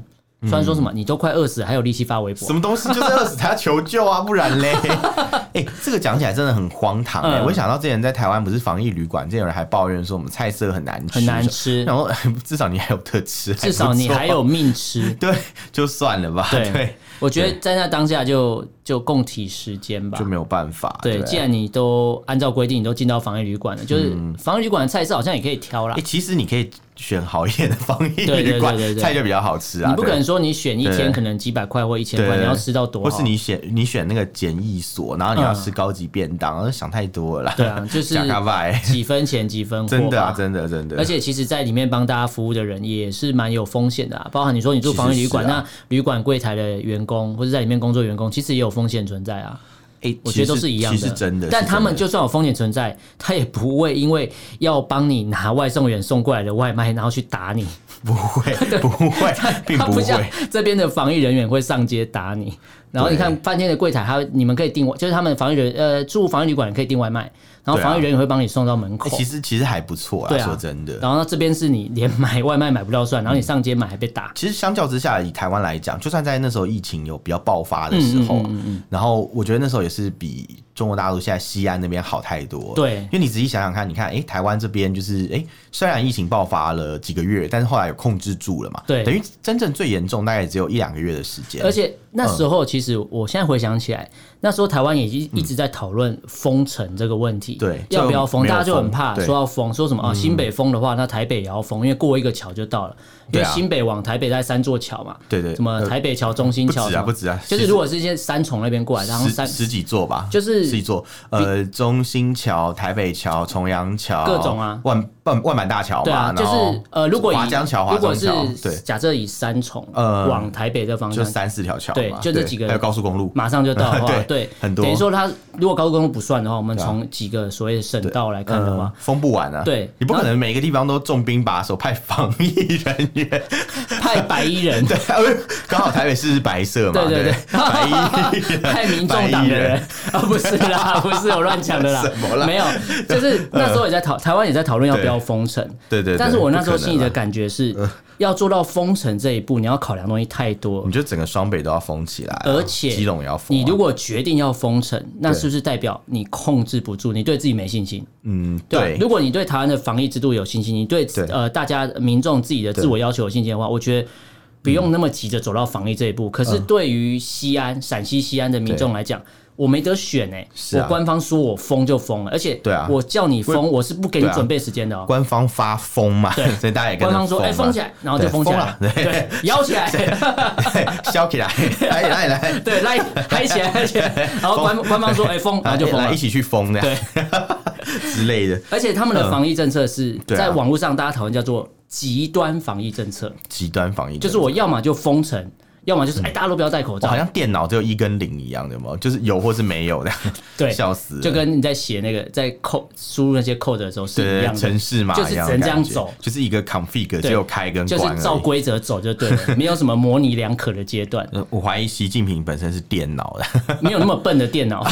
Speaker 1: 酸说什么、你都快饿死了，还有力气发微博
Speaker 2: 嗯什？么东西就是饿死才要求救啊，不然嘞， 哎、这个讲起来真的很荒唐哎、
Speaker 1: 嗯
Speaker 2: 我想到之前在台湾不是防疫旅馆，之前有人还抱怨说我们菜色很难吃，
Speaker 1: 很难吃
Speaker 2: 然后哎至少你还有得吃，
Speaker 1: 至少你还有命吃
Speaker 2: 。对，就算了吧，对，
Speaker 1: 对，我觉得在那当下就就共体时间吧，
Speaker 2: 就没有办法，
Speaker 1: 对，
Speaker 2: 啊
Speaker 1: 既然你都按照规定，你都进到防疫旅馆了，就是
Speaker 2: 嗯
Speaker 1: 防疫旅馆的菜色好像也可以挑啦
Speaker 2: 哎、。其实你可以选好一点的防疫
Speaker 1: 对
Speaker 2: 旅馆
Speaker 1: 对对对，对
Speaker 2: 菜就比较好吃啊。
Speaker 1: 你不可
Speaker 2: 对
Speaker 1: 能说你选一
Speaker 2: 对
Speaker 1: 天
Speaker 2: 对
Speaker 1: 可能几百块或一千
Speaker 2: 对
Speaker 1: 块，
Speaker 2: 对
Speaker 1: 你
Speaker 2: 对
Speaker 1: 要吃到多好？嗯
Speaker 2: 或是你选你选那个简易所，然后你要吃高级便当，想太多了啦。
Speaker 1: 对啊，就是
Speaker 2: 假咖拜，
Speaker 1: 几分钱几分货吧，
Speaker 2: 真的啊，真的真的。
Speaker 1: 而且其实，在里面帮大家服务的人也是蛮有风险的啊，包含你说你住防疫旅馆，
Speaker 2: 其实是
Speaker 1: 那
Speaker 2: 啊
Speaker 1: 旅馆柜台的员工或者在里面工作员工，其实也有风险存在啊。
Speaker 2: 哎，
Speaker 1: 我觉得都是一样的，
Speaker 2: 其实真的。
Speaker 1: 但他们
Speaker 2: 是真的
Speaker 1: 就算有风险存在，他也不会因为要帮你拿外送员送过来的外卖，然后去打你。
Speaker 2: 不会，不会，并
Speaker 1: 他
Speaker 2: 不
Speaker 1: 不像
Speaker 2: 会。
Speaker 1: 这边的防疫人员会上街打你。然后你看饭店的柜台，还有你们可以订外，就是他们防疫人呃住防疫旅馆可以订外卖，然后
Speaker 2: 对啊
Speaker 1: 防疫人员会帮你送到门
Speaker 2: 哎
Speaker 1: 口。
Speaker 2: 其实其实还不错啦，
Speaker 1: 对啊
Speaker 2: 说真的。
Speaker 1: 然后这边是你连买外卖买不到算，然后你上街买还被打。
Speaker 2: 其实相较之下，以台湾来讲，就算在那时候疫情有比较爆发的时
Speaker 1: 嗯
Speaker 2: 候，啊然后我觉得那时候也是比中国大陆现在西安那边好太多。
Speaker 1: 对
Speaker 2: 因为你仔细想想看，你看，哎、台湾这边就是，哎、虽然疫情爆发了几个月，但是后来有控制住了嘛，
Speaker 1: 对
Speaker 2: 等于真正最严重大概只有一两个月的时间，
Speaker 1: 而且那时候，其实我现在回想起
Speaker 2: 嗯
Speaker 1: 来，那时候台湾也一一直在讨论封城这个问题，
Speaker 2: 对
Speaker 1: 要不要
Speaker 2: 就
Speaker 1: 封？
Speaker 2: 没有
Speaker 1: 大家就很怕
Speaker 2: 封对嗯
Speaker 1: 说要封，说什么哦，新北封的话，那台北也要封，因为过一个桥就到了，因
Speaker 2: 对
Speaker 1: 为
Speaker 2: 啊
Speaker 1: 新北往台北在三座桥嘛，
Speaker 2: 对对
Speaker 1: 什么
Speaker 2: 呃
Speaker 1: 台北桥、中心
Speaker 2: 不
Speaker 1: 桥
Speaker 2: 止
Speaker 1: 什
Speaker 2: 啊，
Speaker 1: 么
Speaker 2: 不止啊，
Speaker 1: 就是如果是一些三重那边过来，然后
Speaker 2: 十
Speaker 1: 三
Speaker 2: 十几座吧，
Speaker 1: 就是
Speaker 2: 十几座，呃，中心桥、台北桥、重阳桥，
Speaker 1: 各种啊
Speaker 2: 万万万板大桥嘛，
Speaker 1: 对啊，就
Speaker 2: 然后
Speaker 1: 是呃，如果以
Speaker 2: 华江桥、华
Speaker 1: 如果
Speaker 2: 中
Speaker 1: 是
Speaker 2: 桥，对，
Speaker 1: 假设以三重
Speaker 2: 呃
Speaker 1: 往台北的方
Speaker 2: 就
Speaker 1: 向，
Speaker 2: 三四条桥嘛，
Speaker 1: 对就这几个
Speaker 2: 还有高速公路，
Speaker 1: 马上就到的话，
Speaker 2: 对
Speaker 1: 对，
Speaker 2: 很多
Speaker 1: 等于说它如果高速公路不算的话，我们
Speaker 2: 对啊
Speaker 1: 从几个所谓的省
Speaker 2: 对
Speaker 1: 道来看的话
Speaker 2: 嗯，封不完啊，
Speaker 1: 对
Speaker 2: 你不可能每个地方都重兵把守，派防疫人 员，
Speaker 1: 派白衣人
Speaker 2: 对，呃刚好台北市是白色嘛，
Speaker 1: 对对对
Speaker 2: 白衣 人，
Speaker 1: 派民众党的人 啊，不是啦，不是我乱讲的啦
Speaker 2: 什么，啦嗯
Speaker 1: 没有，就是那时候也在讨台湾也在讨论要不要封城，
Speaker 2: 对对对
Speaker 1: 但是我那时候
Speaker 2: 不可能啊嗯
Speaker 1: 心里的
Speaker 2: 啦
Speaker 1: 感觉是，要做到封城这一步，你要考量东西太多
Speaker 2: 你，就整个双北都要封起来啊，
Speaker 1: 而且
Speaker 2: 基隆也要封啊，
Speaker 1: 你如果决定要封城，那
Speaker 2: 对
Speaker 1: 是不是代表你控制不住，你对自己没信心？
Speaker 2: 嗯
Speaker 1: 对吧
Speaker 2: 对
Speaker 1: 如果你对台湾的防疫制度有信心，你对
Speaker 2: 对
Speaker 1: 呃大家民众自己的自我要求有信心的话，我觉得。不用那么急着走到防疫这一
Speaker 2: 嗯
Speaker 1: 步，可是对于西安、陕西西安的民众来讲，我没得选哎、
Speaker 2: 是啊
Speaker 1: 我官方说我封就封了，而且
Speaker 2: 对啊
Speaker 1: 我叫你封，我是不给你
Speaker 2: 对啊
Speaker 1: 准备时间的哦、
Speaker 2: 官方发疯嘛，所以大家也跟
Speaker 1: 官
Speaker 2: 着
Speaker 1: 方说哎、
Speaker 2: 嘛
Speaker 1: 封起来，然后就
Speaker 2: 对
Speaker 1: 封起来，
Speaker 2: 疯了啊 对
Speaker 1: 对，摇起来，
Speaker 2: 笑起来，来来来，
Speaker 1: 对，来嗨起来，嗨起来，然 后官官方说哎、封，然后就封
Speaker 2: 来
Speaker 1: 了
Speaker 2: 一。起去疯的， 之类的
Speaker 1: 而且他们的防疫政策是
Speaker 2: 嗯对啊
Speaker 1: 在网络上大家讨论叫做极端防疫政策，
Speaker 2: 极端防疫政策，
Speaker 1: 就是我要么就封城，要么就是哎大家都不要戴口
Speaker 2: 我
Speaker 1: 罩
Speaker 2: 嗯哦好，像电脑只有一跟零一样的嘛，就是有或是没有的，
Speaker 1: 对，
Speaker 2: 笑死了，
Speaker 1: 就跟你在写那个在扣输入那些 code 的时候是一
Speaker 2: 对
Speaker 1: 样的，
Speaker 2: 城市嘛，
Speaker 1: 就是
Speaker 2: 一
Speaker 1: 只
Speaker 2: 样
Speaker 1: 能
Speaker 2: 的
Speaker 1: 这样
Speaker 2: 感觉
Speaker 1: 走，
Speaker 2: 就是一个 config
Speaker 1: 对
Speaker 2: 只有开跟
Speaker 1: 就
Speaker 2: 关而
Speaker 1: 是
Speaker 2: 已。
Speaker 1: 照规则走就对 了，没有什么模棱两可的阶段，
Speaker 2: 呃我怀疑习近平本身是电脑的，
Speaker 1: 没有那么笨的电脑。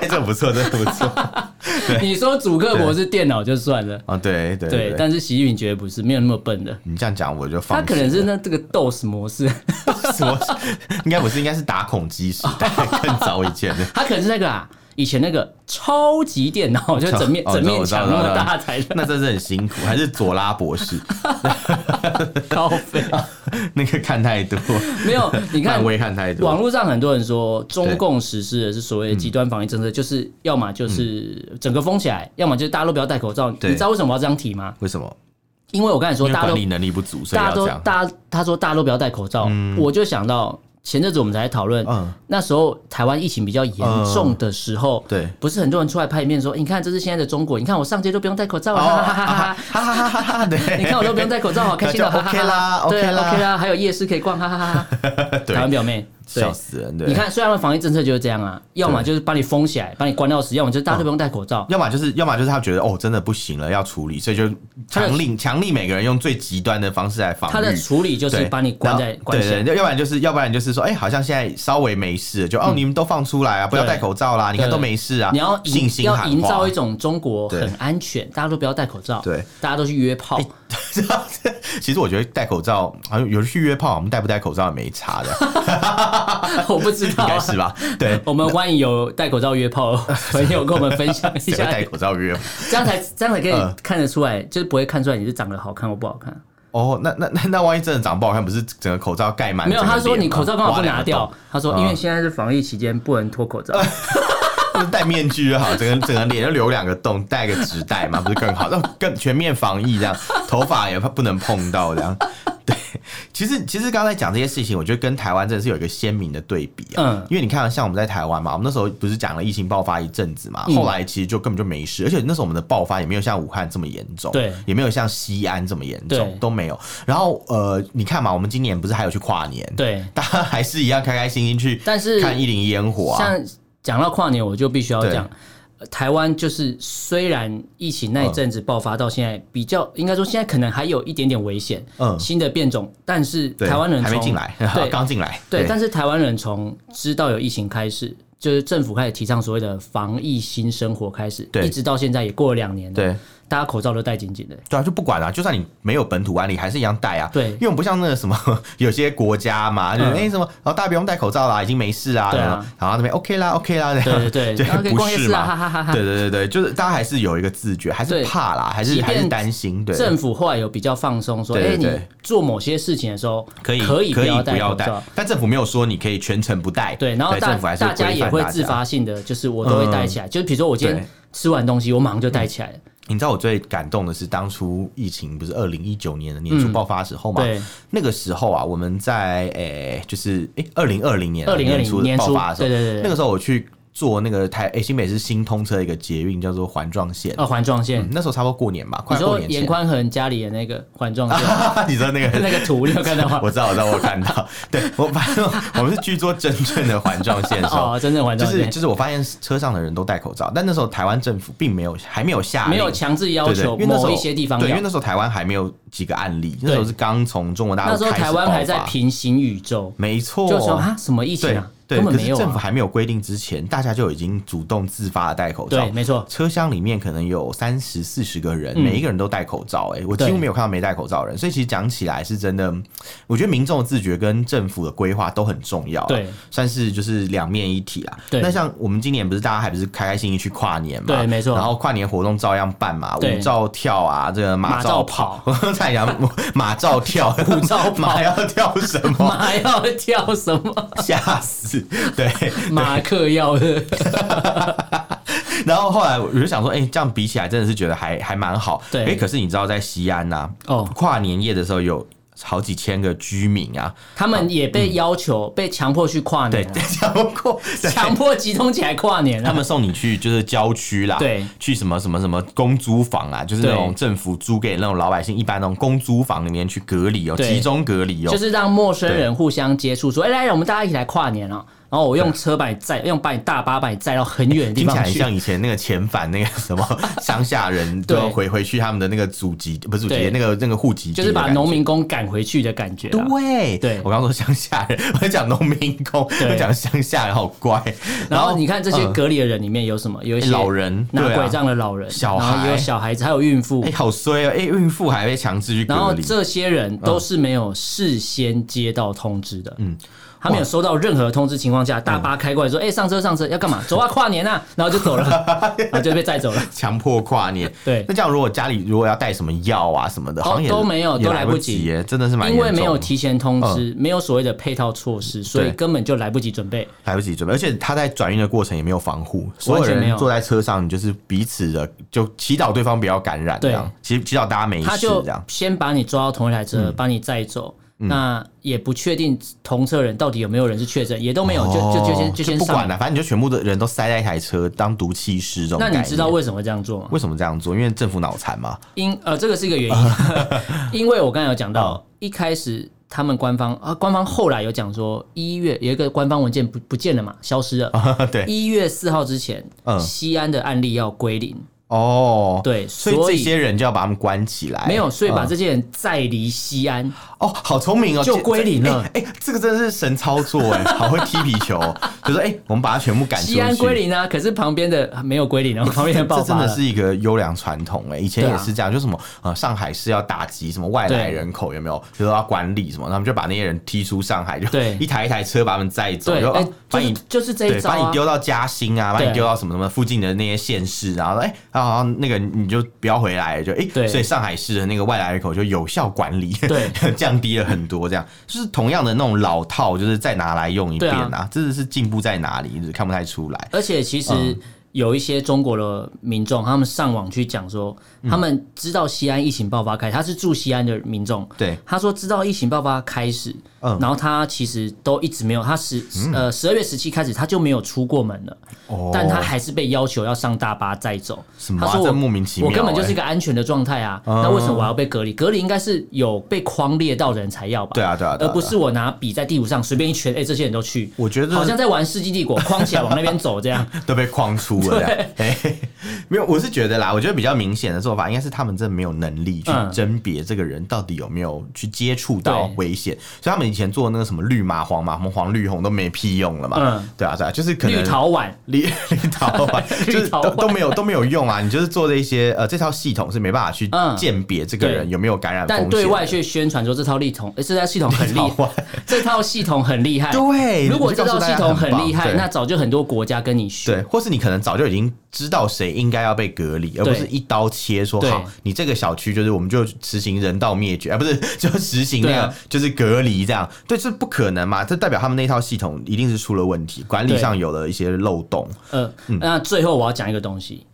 Speaker 2: 哎，这不错，这不错。
Speaker 1: 你说主克伯是电脑就算了，
Speaker 2: 哦，对对
Speaker 1: 对，但是习近平绝对不是，没有那么笨的，
Speaker 2: 你这样讲我就放
Speaker 1: 他
Speaker 2: 心。
Speaker 1: 可能是那这个 DOS 模式，
Speaker 2: 什么？应该不是，应该是打孔机时 代更早以前的。
Speaker 1: 他可能是那个啊，以前那个超级电脑，就整面
Speaker 2: 哦
Speaker 1: 整面
Speaker 2: 我知
Speaker 1: 墙
Speaker 2: 道我
Speaker 1: 那
Speaker 2: 知道
Speaker 1: 么
Speaker 2: 我知道
Speaker 1: 大才的
Speaker 2: 那真是很辛苦，还是左拉 博士
Speaker 1: 高飞，
Speaker 2: 那个看太多，
Speaker 1: 没有，你看
Speaker 2: 漫威看太多，
Speaker 1: 网络上很多人说，中共实施的是所谓
Speaker 2: 嗯
Speaker 1: 的极端防疫政策，就是要么就是整个封起来，要么就是大家都不要戴口罩。你
Speaker 2: 对
Speaker 1: 知道为什么我要这样提吗？
Speaker 2: 为什么？
Speaker 1: 因为我刚才
Speaker 2: 因
Speaker 1: 说
Speaker 2: 为
Speaker 1: 大家
Speaker 2: 管
Speaker 1: 都
Speaker 2: 理能力不足，所以
Speaker 1: 大
Speaker 2: 要
Speaker 1: 家都
Speaker 2: 这样。
Speaker 1: 大家他说大家都不要戴口罩，我就想到前阵子我们才讨论，
Speaker 2: 嗯
Speaker 1: 那时候台湾疫情比较严重的时候，
Speaker 2: 对
Speaker 1: 不是很多人出来拍面说，欸你看这是现在的中国，你看我上街都不用戴口罩了，
Speaker 2: 哦
Speaker 1: 哈哈哈哈哈。
Speaker 2: 哈哈哈哈哈！对，
Speaker 1: 你看我都不用戴口罩，好开心啊！
Speaker 2: 那就
Speaker 1: 哈哈哈
Speaker 2: OK 啦
Speaker 1: 哈对
Speaker 2: OK 啦
Speaker 1: OK 啦，还有夜市可以逛，哈哈哈哈！
Speaker 2: 对
Speaker 1: 台湾表妹，对
Speaker 2: 笑死人。对，
Speaker 1: 你看，虽然防疫政策就是这样啊，要么就是把你封起来，把你关到死，要么就是大家都不用戴口罩。
Speaker 2: 要么就是，要么就是他觉得哦，真的不行了，要处理，所以就强令强令每个人用最极端的方式来防御。
Speaker 1: 他的处理就
Speaker 2: 对
Speaker 1: 是把你关在
Speaker 2: 然后
Speaker 1: 关起
Speaker 2: 对
Speaker 1: 来，
Speaker 2: 对，要不然就是，要不然就是说，哎、好像现在稍微没事了，就哦，你们都放出来啊，不要
Speaker 1: 对
Speaker 2: 戴口罩啦，你看
Speaker 1: 嗯对
Speaker 2: 都没事啊，
Speaker 1: 你要营
Speaker 2: 信心
Speaker 1: 要
Speaker 2: 喊
Speaker 1: 营造
Speaker 2: 话
Speaker 1: 一。种中国
Speaker 2: 对
Speaker 1: 很安全，大家都不要戴口罩，
Speaker 2: 对，
Speaker 1: 大家都去约炮，
Speaker 2: 其实我觉得戴口罩，好像有人去约炮，我们戴不戴口罩也没差的，
Speaker 1: 我不知道
Speaker 2: 哎
Speaker 1: 啊
Speaker 2: 应该是吧？对，
Speaker 1: 我们欢迎有戴口罩约炮 的朋友跟我们分享一
Speaker 2: 谁会
Speaker 1: 下，
Speaker 2: 戴口罩约？
Speaker 1: 这样才这样才可以
Speaker 2: 嗯
Speaker 1: 看得出来，就是不会看出来你是长得好看或不好看。
Speaker 2: 哦，那那那那万一真的长不好看，不是整个口罩盖满？
Speaker 1: 没有，
Speaker 2: 整个
Speaker 1: 他说
Speaker 2: 脸
Speaker 1: 你
Speaker 2: 吗
Speaker 1: 口罩干嘛
Speaker 2: 挖
Speaker 1: 不
Speaker 2: 两
Speaker 1: 拿
Speaker 2: 个
Speaker 1: 掉
Speaker 2: 洞？
Speaker 1: 他说因为现在是防疫期间，不能脱口罩。
Speaker 2: 哎或者戴面具就好，整个整个脸就留两个洞，戴个纸袋嘛，不是更好？ 那更全面防疫这样，头发也不能碰到这样。 对，其实其实刚才讲这些事情，我觉得跟台湾真的是有一个鲜明的对比啊。
Speaker 1: 嗯
Speaker 2: 因为你看，像我们在台湾嘛，我们那时候不是讲了疫情爆发一阵子嘛，
Speaker 1: 嗯
Speaker 2: 后来其实就根本就没事，而且那时候我们的爆发也没有像武汉这么严重，
Speaker 1: 对
Speaker 2: 也没有像西安这么严
Speaker 1: 对
Speaker 2: 重，都没有。然后呃，你看嘛，我们今年不是还有去跨年，，
Speaker 1: 对，
Speaker 2: 大家还是一样开开心心去，
Speaker 1: 但是
Speaker 2: 看一零一烟火啊，
Speaker 1: 像讲到跨年，我就必须要
Speaker 2: 对
Speaker 1: 讲，呃台湾就是虽然疫情那一阵子爆发到现在，比较应该说现在可能还有一点点危险，
Speaker 2: 嗯
Speaker 1: 新的变种，但是
Speaker 2: 对
Speaker 1: 台湾人
Speaker 2: 还没
Speaker 1: 从
Speaker 2: 进来，
Speaker 1: 对
Speaker 2: 刚进来，
Speaker 1: 对，但是台湾人从知道有疫情开始，就是政府开始提倡所谓的防疫新生活开始，
Speaker 2: 对
Speaker 1: 一直到现在也过了两年了，
Speaker 2: 对
Speaker 1: 大家口罩都戴紧紧的，
Speaker 2: 对啊，就不管了、就算你没有本土案例，还是一样戴啊。
Speaker 1: 对嗯
Speaker 2: 因为我们不像那个什么 有些国家嘛，就是哎、什么，然后大家不用戴口罩啦，已经没事啦，
Speaker 1: 对啊
Speaker 2: 然后然后那边 OK 啦，OK 啦，这样
Speaker 1: 对对对，
Speaker 2: 就
Speaker 1: 然后可以
Speaker 2: 不
Speaker 1: 逛夜
Speaker 2: 是
Speaker 1: 市啊，
Speaker 2: 嘛。
Speaker 1: 哈哈哈哈。
Speaker 2: 对对对对，就是大家还是有一个自觉，还是
Speaker 1: 对
Speaker 2: 怕啦，还
Speaker 1: 即
Speaker 2: 是
Speaker 1: 便
Speaker 2: 还是担心，对，
Speaker 1: 政府后来有比较放松，说，
Speaker 2: 对
Speaker 1: 哎，
Speaker 2: 对
Speaker 1: 你
Speaker 2: 对
Speaker 1: 做某些事情的时候，
Speaker 2: 可以
Speaker 1: 可
Speaker 2: 以
Speaker 1: 不
Speaker 2: 不
Speaker 1: 要戴口罩
Speaker 2: 戴，，但政府没有说你可以全程不戴，
Speaker 1: 对，然后大
Speaker 2: 政府还是
Speaker 1: 大家
Speaker 2: 规
Speaker 1: 也
Speaker 2: 范
Speaker 1: 会
Speaker 2: 大
Speaker 1: 自
Speaker 2: 家嗯
Speaker 1: 发性的，就是我都会戴起来。就是比如说我今天
Speaker 2: 对嗯
Speaker 1: 吃完东西，我马上就戴起来了。
Speaker 2: 你知道我最感动的是，当初疫情不是二零一九年的年初爆发的时候嘛？
Speaker 1: 嗯对
Speaker 2: 那个时候啊，我们在诶、就是诶二零二零年啊
Speaker 1: 2020
Speaker 2: 年初
Speaker 1: 年初
Speaker 2: 爆发的时候，
Speaker 1: 对对对对
Speaker 2: 那个时候我去坐那个台诶、新北市新通车一个捷运叫做环状线、
Speaker 1: 呃，环状
Speaker 2: 嗯
Speaker 1: 线，
Speaker 2: 那时候差不多过年吧，
Speaker 1: 你
Speaker 2: 快过
Speaker 1: 说
Speaker 2: 年
Speaker 1: 严
Speaker 2: 前。
Speaker 1: 宽恒家里的那个环状线
Speaker 2: 你知道那个？
Speaker 1: 那个图，你有看到吗
Speaker 2: 我知道，我知道，我有 看到。对我反正我们是去做真正的环状线的时候，
Speaker 1: 哦，真正环
Speaker 2: 就
Speaker 1: 状
Speaker 2: 是
Speaker 1: 线，
Speaker 2: 就是我发现车上的人都戴口罩，但那时候台湾政府并没有还没有下令
Speaker 1: 没有强制要
Speaker 2: 对对，
Speaker 1: 求
Speaker 2: 因为那时
Speaker 1: 某
Speaker 2: 候
Speaker 1: 一些地方
Speaker 2: 对，因
Speaker 1: 要
Speaker 2: 为。那时候台湾还没有几个案例，那时候是刚从中国大陆
Speaker 1: 那时候
Speaker 2: 开始
Speaker 1: 台湾还在
Speaker 2: 爆发，
Speaker 1: 平行宇宙，
Speaker 2: 没错，
Speaker 1: 就说啊，什么疫情
Speaker 2: 对
Speaker 1: 啊，
Speaker 2: 对，
Speaker 1: 根本
Speaker 2: 可
Speaker 1: 没
Speaker 2: 是
Speaker 1: 有
Speaker 2: 政府
Speaker 1: 啊。
Speaker 2: 还没有规定之前，大家就已经主动自发的戴口罩
Speaker 1: 对，。没错，
Speaker 2: 哦车厢里面可能有三十四十个人，
Speaker 1: 嗯
Speaker 2: 每一个人都戴口罩、欸，哎，我
Speaker 1: 对
Speaker 2: 几乎没有看到没戴口罩的人，所以其实讲起来是真的， 我觉得民众的自觉跟政府的规划都很重要、啊
Speaker 1: 对，
Speaker 2: 算是就是两面一体啦。
Speaker 1: 对
Speaker 2: 那像我们今年不是大家还不是开开心心去跨年嘛，
Speaker 1: 对没错
Speaker 2: 然后跨年活动照样办嘛，
Speaker 1: 对
Speaker 2: 舞照跳啊，这个
Speaker 1: 马
Speaker 2: 马
Speaker 1: 照
Speaker 2: 照
Speaker 1: 跑，
Speaker 2: 我 才讲马照跳， 舞
Speaker 1: 照跑
Speaker 2: 马要跳什么？
Speaker 1: 马要跳什么？
Speaker 2: 吓死！对，
Speaker 1: 马克要的，
Speaker 2: 然后后来我就想说，哎、这样比起来真的是觉得还还蛮好。
Speaker 1: 对
Speaker 2: 哎、可是你知道在西安呐、
Speaker 1: 哦
Speaker 2: 跨年夜的时候有。好几千个居民啊，
Speaker 1: 他们也被要求、被强迫去跨
Speaker 2: 对，
Speaker 1: 年啊，
Speaker 2: 强迫 对
Speaker 1: 强迫集中起来跨年啊，
Speaker 2: 他们送你去就是郊区啦，
Speaker 1: 对
Speaker 2: 去什么什么什么公租房啊，就是那
Speaker 1: 对
Speaker 2: 种政府租给那种老百姓一般那种公租房里面去隔离哦，
Speaker 1: 对
Speaker 2: 集中隔离哦，
Speaker 1: 就是让陌生人互相接触，说：“哎、来，我们大家一起来跨年了。”然后我用车把你载，用把你大巴把你载到很远的地
Speaker 2: 听起
Speaker 1: 方
Speaker 2: 来
Speaker 1: 去。
Speaker 2: 像以前那个遣返那个什么 乡下人，
Speaker 1: 对
Speaker 2: 就回回去他们的那个祖籍，不是祖籍
Speaker 1: 对，
Speaker 2: 那个那个户籍
Speaker 1: 就
Speaker 2: 地的
Speaker 1: 是把
Speaker 2: 感觉
Speaker 1: 农。民工赶回去的感觉、啊。
Speaker 2: 对，
Speaker 1: 对
Speaker 2: 我刚说乡下人，我讲农民工，
Speaker 1: 对
Speaker 2: 我讲乡下人，好乖。
Speaker 1: 然后你看这些
Speaker 2: 嗯
Speaker 1: 隔离的人里面有什么？有一些
Speaker 2: 老人
Speaker 1: 拿
Speaker 2: 对啊
Speaker 1: 拐杖的老人，
Speaker 2: 小
Speaker 1: 然后也有
Speaker 2: 孩
Speaker 1: 小孩子，还有孕妇。
Speaker 2: 哎，好衰哦！哎，孕妇还被强制去
Speaker 1: 然
Speaker 2: 隔
Speaker 1: 后
Speaker 2: 离，
Speaker 1: 这些人都是没
Speaker 2: 嗯
Speaker 1: 有事先接到通知的，嗯，他没有收到任何通知情况下，大巴开过来说：“哎、上车上车，要干嘛？走啊，跨年啊！”然后就 走了，然后就被载走了。
Speaker 2: 强迫跨年。
Speaker 1: 对哦
Speaker 2: 那这样如果家里如果要带什么药啊什么的，好像也
Speaker 1: 都没有
Speaker 2: 也
Speaker 1: 都来
Speaker 2: 来
Speaker 1: 不及
Speaker 2: 及耶，真的是蛮
Speaker 1: 因为
Speaker 2: 严重
Speaker 1: 没有
Speaker 2: 的
Speaker 1: 提前通知，没有所谓的配套措施，所以
Speaker 2: 对
Speaker 1: 根本就来不及准备。
Speaker 2: 来不及准备，而且他在转运的过程也没有防护，所有
Speaker 1: 完全没有
Speaker 2: 人坐在车上，你就是彼此的就祈祷对方不要感染，
Speaker 1: 对
Speaker 2: 这样，祈祈祷大家没
Speaker 1: 他
Speaker 2: 事
Speaker 1: 就
Speaker 2: 这样。嗯
Speaker 1: 先把你抓到同一台车，把你载走。那也不确定同车人到底有没有人是确诊，也都没有，就就就
Speaker 2: 哦
Speaker 1: 先就先
Speaker 2: 不管
Speaker 1: 上。
Speaker 2: 了，反正你就全部的人都塞在一台车当毒气室这种概
Speaker 1: 那
Speaker 2: 念。
Speaker 1: 你知道为什么这样做吗？
Speaker 2: 为什么这样做？因为政府脑残嘛。
Speaker 1: 因呃，这个是一个原因， 因为我刚才有讲
Speaker 2: 哦
Speaker 1: 到，一开始他们官方啊，官方后来有讲说，一月有一个官方文件不不见了嘛，消失了。
Speaker 2: 对，
Speaker 1: 一月四号之前，
Speaker 2: 哦嗯
Speaker 1: 西安的案例要归零，
Speaker 2: 哦，，
Speaker 1: 对，
Speaker 2: 所以这些人就要把他们关起来。
Speaker 1: 没有，所以把
Speaker 2: 嗯
Speaker 1: 这些人载离西安。
Speaker 2: 哦，好聪明哦，
Speaker 1: 就归零了
Speaker 2: 哎、哎这个真的是神操作 哎，好会踢皮球、哦。就说哎、我们把他全部赶出去。
Speaker 1: 西安归零啊，可是旁边的啊没有归零 啊，旁边的
Speaker 2: 这
Speaker 1: 爆
Speaker 2: 真
Speaker 1: 发
Speaker 2: 的
Speaker 1: 了
Speaker 2: 是。一个优良传统哎、以前
Speaker 1: 对啊
Speaker 2: 也是这样，就什么呃，上海是要打击什么外来
Speaker 1: 对
Speaker 2: 人口有没有？就是要管理什么，他们就把那些人踢出上海，就
Speaker 1: 对
Speaker 2: 一台一台车把他们载走，
Speaker 1: 对，
Speaker 2: 就、
Speaker 1: 哎
Speaker 2: 哦把
Speaker 1: 就是
Speaker 2: 你
Speaker 1: 就是这
Speaker 2: 对，
Speaker 1: 一招
Speaker 2: 把你
Speaker 1: 啊。
Speaker 2: 丢到嘉兴啊，把你
Speaker 1: 对
Speaker 2: 丢到什么什么附近的那些县市，然后哎，然后那个你就不要回来，就哎，
Speaker 1: 对
Speaker 2: 所以上海市的那个外来人口就有效管理，
Speaker 1: 对，
Speaker 2: 降低了很多，这样就是同样的那种老套，就是再拿来用一
Speaker 1: 对
Speaker 2: 遍
Speaker 1: 啊
Speaker 2: 啊，这是进步在哪里，一直看不太出来。
Speaker 1: 而且其
Speaker 2: 嗯
Speaker 1: 实有一些中国的民众，他们上网去讲说，
Speaker 2: 嗯
Speaker 1: 他们知道西安疫情爆发开始，他是住西安的民众，
Speaker 2: 对，
Speaker 1: 他说知道疫情爆发开始，
Speaker 2: 嗯
Speaker 1: 然后他其实都一直没有，他十呃十二月十七开始他就没有出过门了，
Speaker 2: 哦
Speaker 1: 但他还是被要求要上大巴载走。
Speaker 2: 什么
Speaker 1: 他
Speaker 2: 啊
Speaker 1: 说我
Speaker 2: 这莫名其妙
Speaker 1: 我根本就
Speaker 2: 欸嗯
Speaker 1: 是一个安全的状态啊，那为什么我要被隔离？隔离应该是有被框列到的人才要吧？
Speaker 2: 对啊对啊对
Speaker 1: 而
Speaker 2: 啊
Speaker 1: 不是我拿笔在地图上随便一圈，哎，这些人都去，
Speaker 2: 我觉得
Speaker 1: 好像在玩《世纪帝国》，框起来往那边走这样。
Speaker 2: 都被框出了这样。 嘿嘿没有，我是觉得啦，我觉得比较明显的做法应该是他们真的没有能力去
Speaker 1: 嗯
Speaker 2: 甄别这个人到底有没有去接触到
Speaker 1: 对
Speaker 2: 危险，所以他们以前做那个什么绿麻黄麻什么黄绿红都没屁用了嘛。
Speaker 1: 嗯
Speaker 2: 对啊，对啊，就是 可能
Speaker 1: 绿陶宛，
Speaker 2: 绿绿桃啊，就是
Speaker 1: 绿桃
Speaker 2: 都
Speaker 1: 花
Speaker 2: 都没有都没有用啊！你就是做这些呃，这套系统是没办法去
Speaker 1: 嗯
Speaker 2: 鉴别这个人
Speaker 1: 对
Speaker 2: 有没有感染风
Speaker 1: 但
Speaker 2: 险的，
Speaker 1: 对外却宣传说这套系统，哎，这套系统很厉
Speaker 2: 绿桃宛
Speaker 1: 害，这套系统很厉害。
Speaker 2: 对
Speaker 1: 如果
Speaker 2: 你就
Speaker 1: 这
Speaker 2: 告诉
Speaker 1: 套
Speaker 2: 大
Speaker 1: 系
Speaker 2: 家
Speaker 1: 统很
Speaker 2: 很棒
Speaker 1: 厉害，
Speaker 2: 对
Speaker 1: 那早就很多国家跟你
Speaker 2: 对，
Speaker 1: 学。
Speaker 2: 或是你可能早就已经知道谁应该要被隔离，而不
Speaker 1: 对
Speaker 2: 是一刀切说
Speaker 1: 对
Speaker 2: 好，你这个小区就是我们就实行人道灭绝，啊， 不是就实行那
Speaker 1: 对
Speaker 2: 样、
Speaker 1: 啊
Speaker 2: 就是隔离这样，对，这不可能嘛，这代表他们那套系统一定是出了问题，管理
Speaker 1: 对
Speaker 2: 上有了一些漏洞。
Speaker 1: 呃，那最后我要讲一个东西，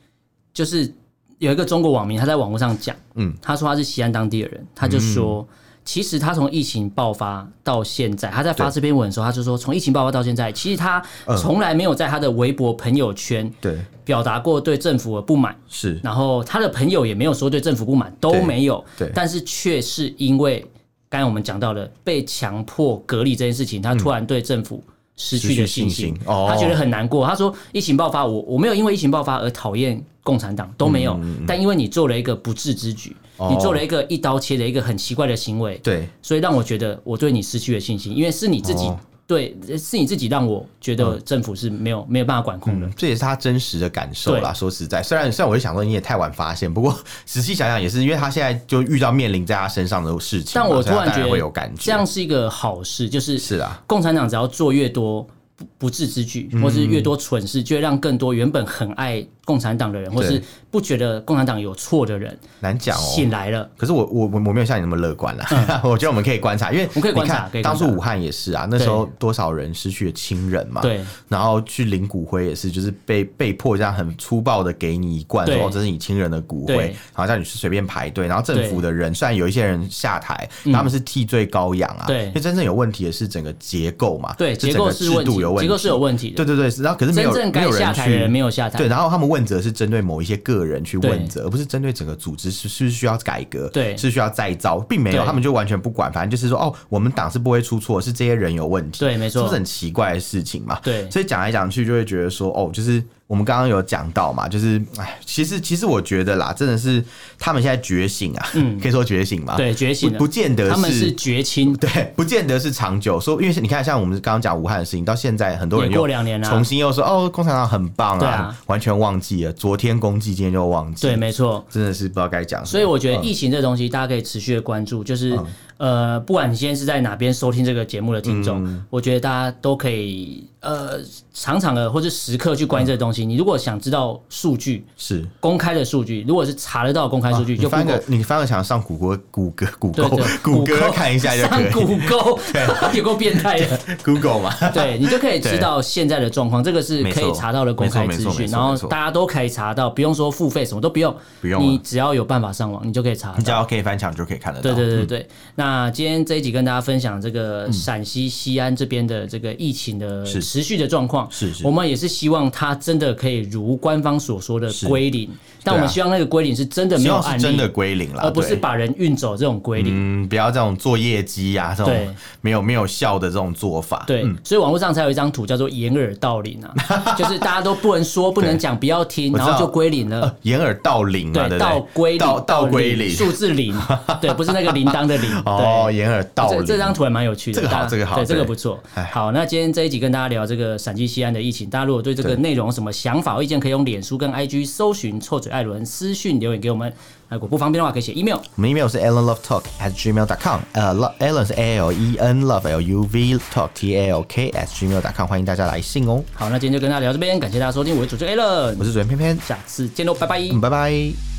Speaker 1: 就是有一个中国网民他在网络上讲，
Speaker 2: 嗯
Speaker 1: 嗯，他说他是西安当地的人，他就说。其实他从疫情爆发到现在，他在发
Speaker 2: 对
Speaker 1: 这篇文的时候，他就说从疫情爆发到现在，其实他从来没有在他的微博朋友圈
Speaker 2: 对，
Speaker 1: 表达过对政府的不满，
Speaker 2: 是
Speaker 1: 然后他的朋友也没有说对政府不满，都没有。
Speaker 2: 对对
Speaker 1: 但是却是因为刚才我们讲到的被强迫隔离这件事情，他突然对政府失去了信
Speaker 2: 失去
Speaker 1: 心
Speaker 2: 信心，哦
Speaker 1: 他觉得很难过。他说：“疫情爆发，我我没有因为疫情爆发而讨厌共产党，都没有。但因为你做了一个不智之举，
Speaker 2: 嗯哦
Speaker 1: 你做了一个一刀切的一个很奇怪的行为，
Speaker 2: 对。
Speaker 1: 所以让我觉得我对你失去了信心，因为是你自己、
Speaker 2: 哦嗯
Speaker 1: 对，是你自己让我觉得政府是没有没有办法管控的。
Speaker 2: 嗯这也是他真实的感受啦。
Speaker 1: 对
Speaker 2: 说实在，虽然虽然我就想说你也太晚发现，不过仔细想想也是，因为他现在就遇到面临在他身上的事情嘛，
Speaker 1: 但我突
Speaker 2: 所以他当
Speaker 1: 觉得
Speaker 2: 会有感觉，
Speaker 1: 这样是一个好事，就是
Speaker 2: 是啊，
Speaker 1: 共产党
Speaker 2: 嗯
Speaker 1: 只要做越多不不智之举，或是越多蠢事，就会让更多原本很爱共产党的人，或是
Speaker 2: 对
Speaker 1: 不觉得共产党有错的人，
Speaker 2: 难讲哦。
Speaker 1: 醒来了。
Speaker 2: 可是我我我我没有像你那么乐观啦， 我觉得我们可以观察，因为
Speaker 1: 嗯们可以观察
Speaker 2: 你看
Speaker 1: 可以观
Speaker 2: 当
Speaker 1: 察
Speaker 2: 初武汉也是啊，那时候多少人失去了亲人嘛，
Speaker 1: 对，
Speaker 2: 然后去领骨灰也是，就是被被迫这样很粗暴的给你一罐，
Speaker 1: 对
Speaker 2: 说哦这是你亲人的骨灰
Speaker 1: 对，
Speaker 2: 然后叫你去随便排队，然后政府的人虽然有一些人下台，
Speaker 1: 嗯
Speaker 2: 他们是替罪羔羊啊，
Speaker 1: 对
Speaker 2: 因为真正有问题的是整个结构嘛，
Speaker 1: 对，
Speaker 2: 是
Speaker 1: 结
Speaker 2: 整
Speaker 1: 构
Speaker 2: 个
Speaker 1: 是
Speaker 2: 制
Speaker 1: 问题
Speaker 2: 度有，问
Speaker 1: 结
Speaker 2: 题，
Speaker 1: 构是有问题
Speaker 2: 对
Speaker 1: 的。
Speaker 2: 对对，然后可是没
Speaker 1: 真
Speaker 2: 有
Speaker 1: 正
Speaker 2: 没
Speaker 1: 该
Speaker 2: 有
Speaker 1: 下
Speaker 2: 人
Speaker 1: 台的
Speaker 2: 去
Speaker 1: 人没有下台，
Speaker 2: 对，然后他们问责是针对某一些个人去问
Speaker 1: 对
Speaker 2: 责，而不是针对整个组织是是不是需要改革，
Speaker 1: 对
Speaker 2: 是需要再造，并没有，
Speaker 1: 对
Speaker 2: 他们就完全不管，反正就是说，哦，我们党是不会出错，是这些人有问题，
Speaker 1: 对没错
Speaker 2: 这不是很奇怪的事情嘛？
Speaker 1: 对
Speaker 2: 所以讲来讲去就会觉得说，哦，就是我们刚刚有讲到嘛，就是，哎，其实其实我觉得啦，真的是他们现在觉醒啊， 可以说觉醒嘛，
Speaker 1: 嗯对觉醒
Speaker 2: 不
Speaker 1: 了
Speaker 2: 不，见得
Speaker 1: 他们是绝亲，
Speaker 2: 对，不见得是长久。说，因为你看，像我们刚刚讲武汉的事情，到现在很多人
Speaker 1: 也
Speaker 2: 又
Speaker 1: 过两年啦啊
Speaker 2: 重新又说哦，共产党很棒啊，
Speaker 1: 对啊
Speaker 2: 完全忘记了，昨天公祭，今天就忘记，
Speaker 1: 对，，没错。
Speaker 2: 真的是不知道该讲什么。
Speaker 1: 所以我觉得
Speaker 2: 嗯
Speaker 1: 疫情这东西，大家可以持续的关注，就是、呃，不管你现在是在哪边收听这个节目的听众，
Speaker 2: 嗯
Speaker 1: 我觉得大家都可以呃，常常的或者时刻去关心这个东
Speaker 2: 嗯
Speaker 1: 西。你如果想知道数据，
Speaker 2: 是。
Speaker 1: 公开的数据，如果是查得到公开数据，
Speaker 2: 啊你
Speaker 1: 就
Speaker 2: 翻
Speaker 1: Google
Speaker 2: 个你翻个墙上谷歌谷歌谷
Speaker 1: 对
Speaker 2: 歌
Speaker 1: 对，
Speaker 2: 谷歌
Speaker 1: 歌
Speaker 2: 看一下就 可
Speaker 1: 上
Speaker 2: 以
Speaker 1: 谷歌， 有够变态的。
Speaker 2: ，Google 嘛，
Speaker 1: 对你就可以知道现在的状况，这个是可以查到的公开
Speaker 2: 没
Speaker 1: 资
Speaker 2: 错没错没
Speaker 1: 讯，
Speaker 2: 错
Speaker 1: 然后
Speaker 2: 没错
Speaker 1: 大家都可以查到，不用说付费，什么都不用，
Speaker 2: 不用啊
Speaker 1: 你只要有办法上网，你就可以查
Speaker 2: 你只
Speaker 1: 到。
Speaker 2: 要可以翻墙就可以看得
Speaker 1: 对
Speaker 2: 到。
Speaker 1: 对对对，那今天这一集跟大家分享这个陕西西安这边的这个疫情的
Speaker 2: 嗯是
Speaker 1: 持续的状况，
Speaker 2: 是是
Speaker 1: 我们也是希望它真的可以如官方所说的归零，但我们希望那个归零是真的没
Speaker 2: 啊希
Speaker 1: 有
Speaker 2: 望是
Speaker 1: 案例，
Speaker 2: 真的归零啦，
Speaker 1: 而不是
Speaker 2: 对
Speaker 1: 把人运走这种归零。
Speaker 2: 嗯，不要这种做业绩呀，这
Speaker 1: 对
Speaker 2: 种没有没有效的这种做法。嗯
Speaker 1: 对，所以网络上才有一张图叫做“掩耳盗铃” 啊，就是大家都不能说、不能讲、不要听，
Speaker 2: 我
Speaker 1: 然
Speaker 2: 知道
Speaker 1: 后就归零了。
Speaker 2: 掩耳盗铃嘛，对不对？
Speaker 1: 到归零，
Speaker 2: 到到归
Speaker 1: 零，
Speaker 2: 零，
Speaker 1: 数字零，对，不是那个铃铛的铃。
Speaker 2: 哦，
Speaker 1: 对，
Speaker 2: 掩耳盗
Speaker 1: 这
Speaker 2: 铃。
Speaker 1: 这张图还蛮有趣的，
Speaker 2: 这个好
Speaker 1: 大家
Speaker 2: 这个好
Speaker 1: 对，这个
Speaker 2: 对
Speaker 1: 不错
Speaker 2: 哎。
Speaker 1: 好，那今天这一集跟大家聊这个陕西西安的疫情，大家如果对这个
Speaker 2: 对
Speaker 1: 内容有什么想法、意见，可以用脸书跟 IG 搜寻“臭嘴艾伦”私讯留言给我们。如果不方便的话，可以写 email。
Speaker 2: 我们 email 是 allenlovetalk at gmail dot com，呃，lo-，allen 是 a l e n love l u v talk t a l k at gmail dot com，欢迎大家来信哦。
Speaker 1: 好，那今天就跟大家聊这边，感谢大家收听，我是主持人 a l l n
Speaker 2: 我是主持人偏偏，
Speaker 1: 下次见喽，拜拜。
Speaker 2: 嗯，拜拜。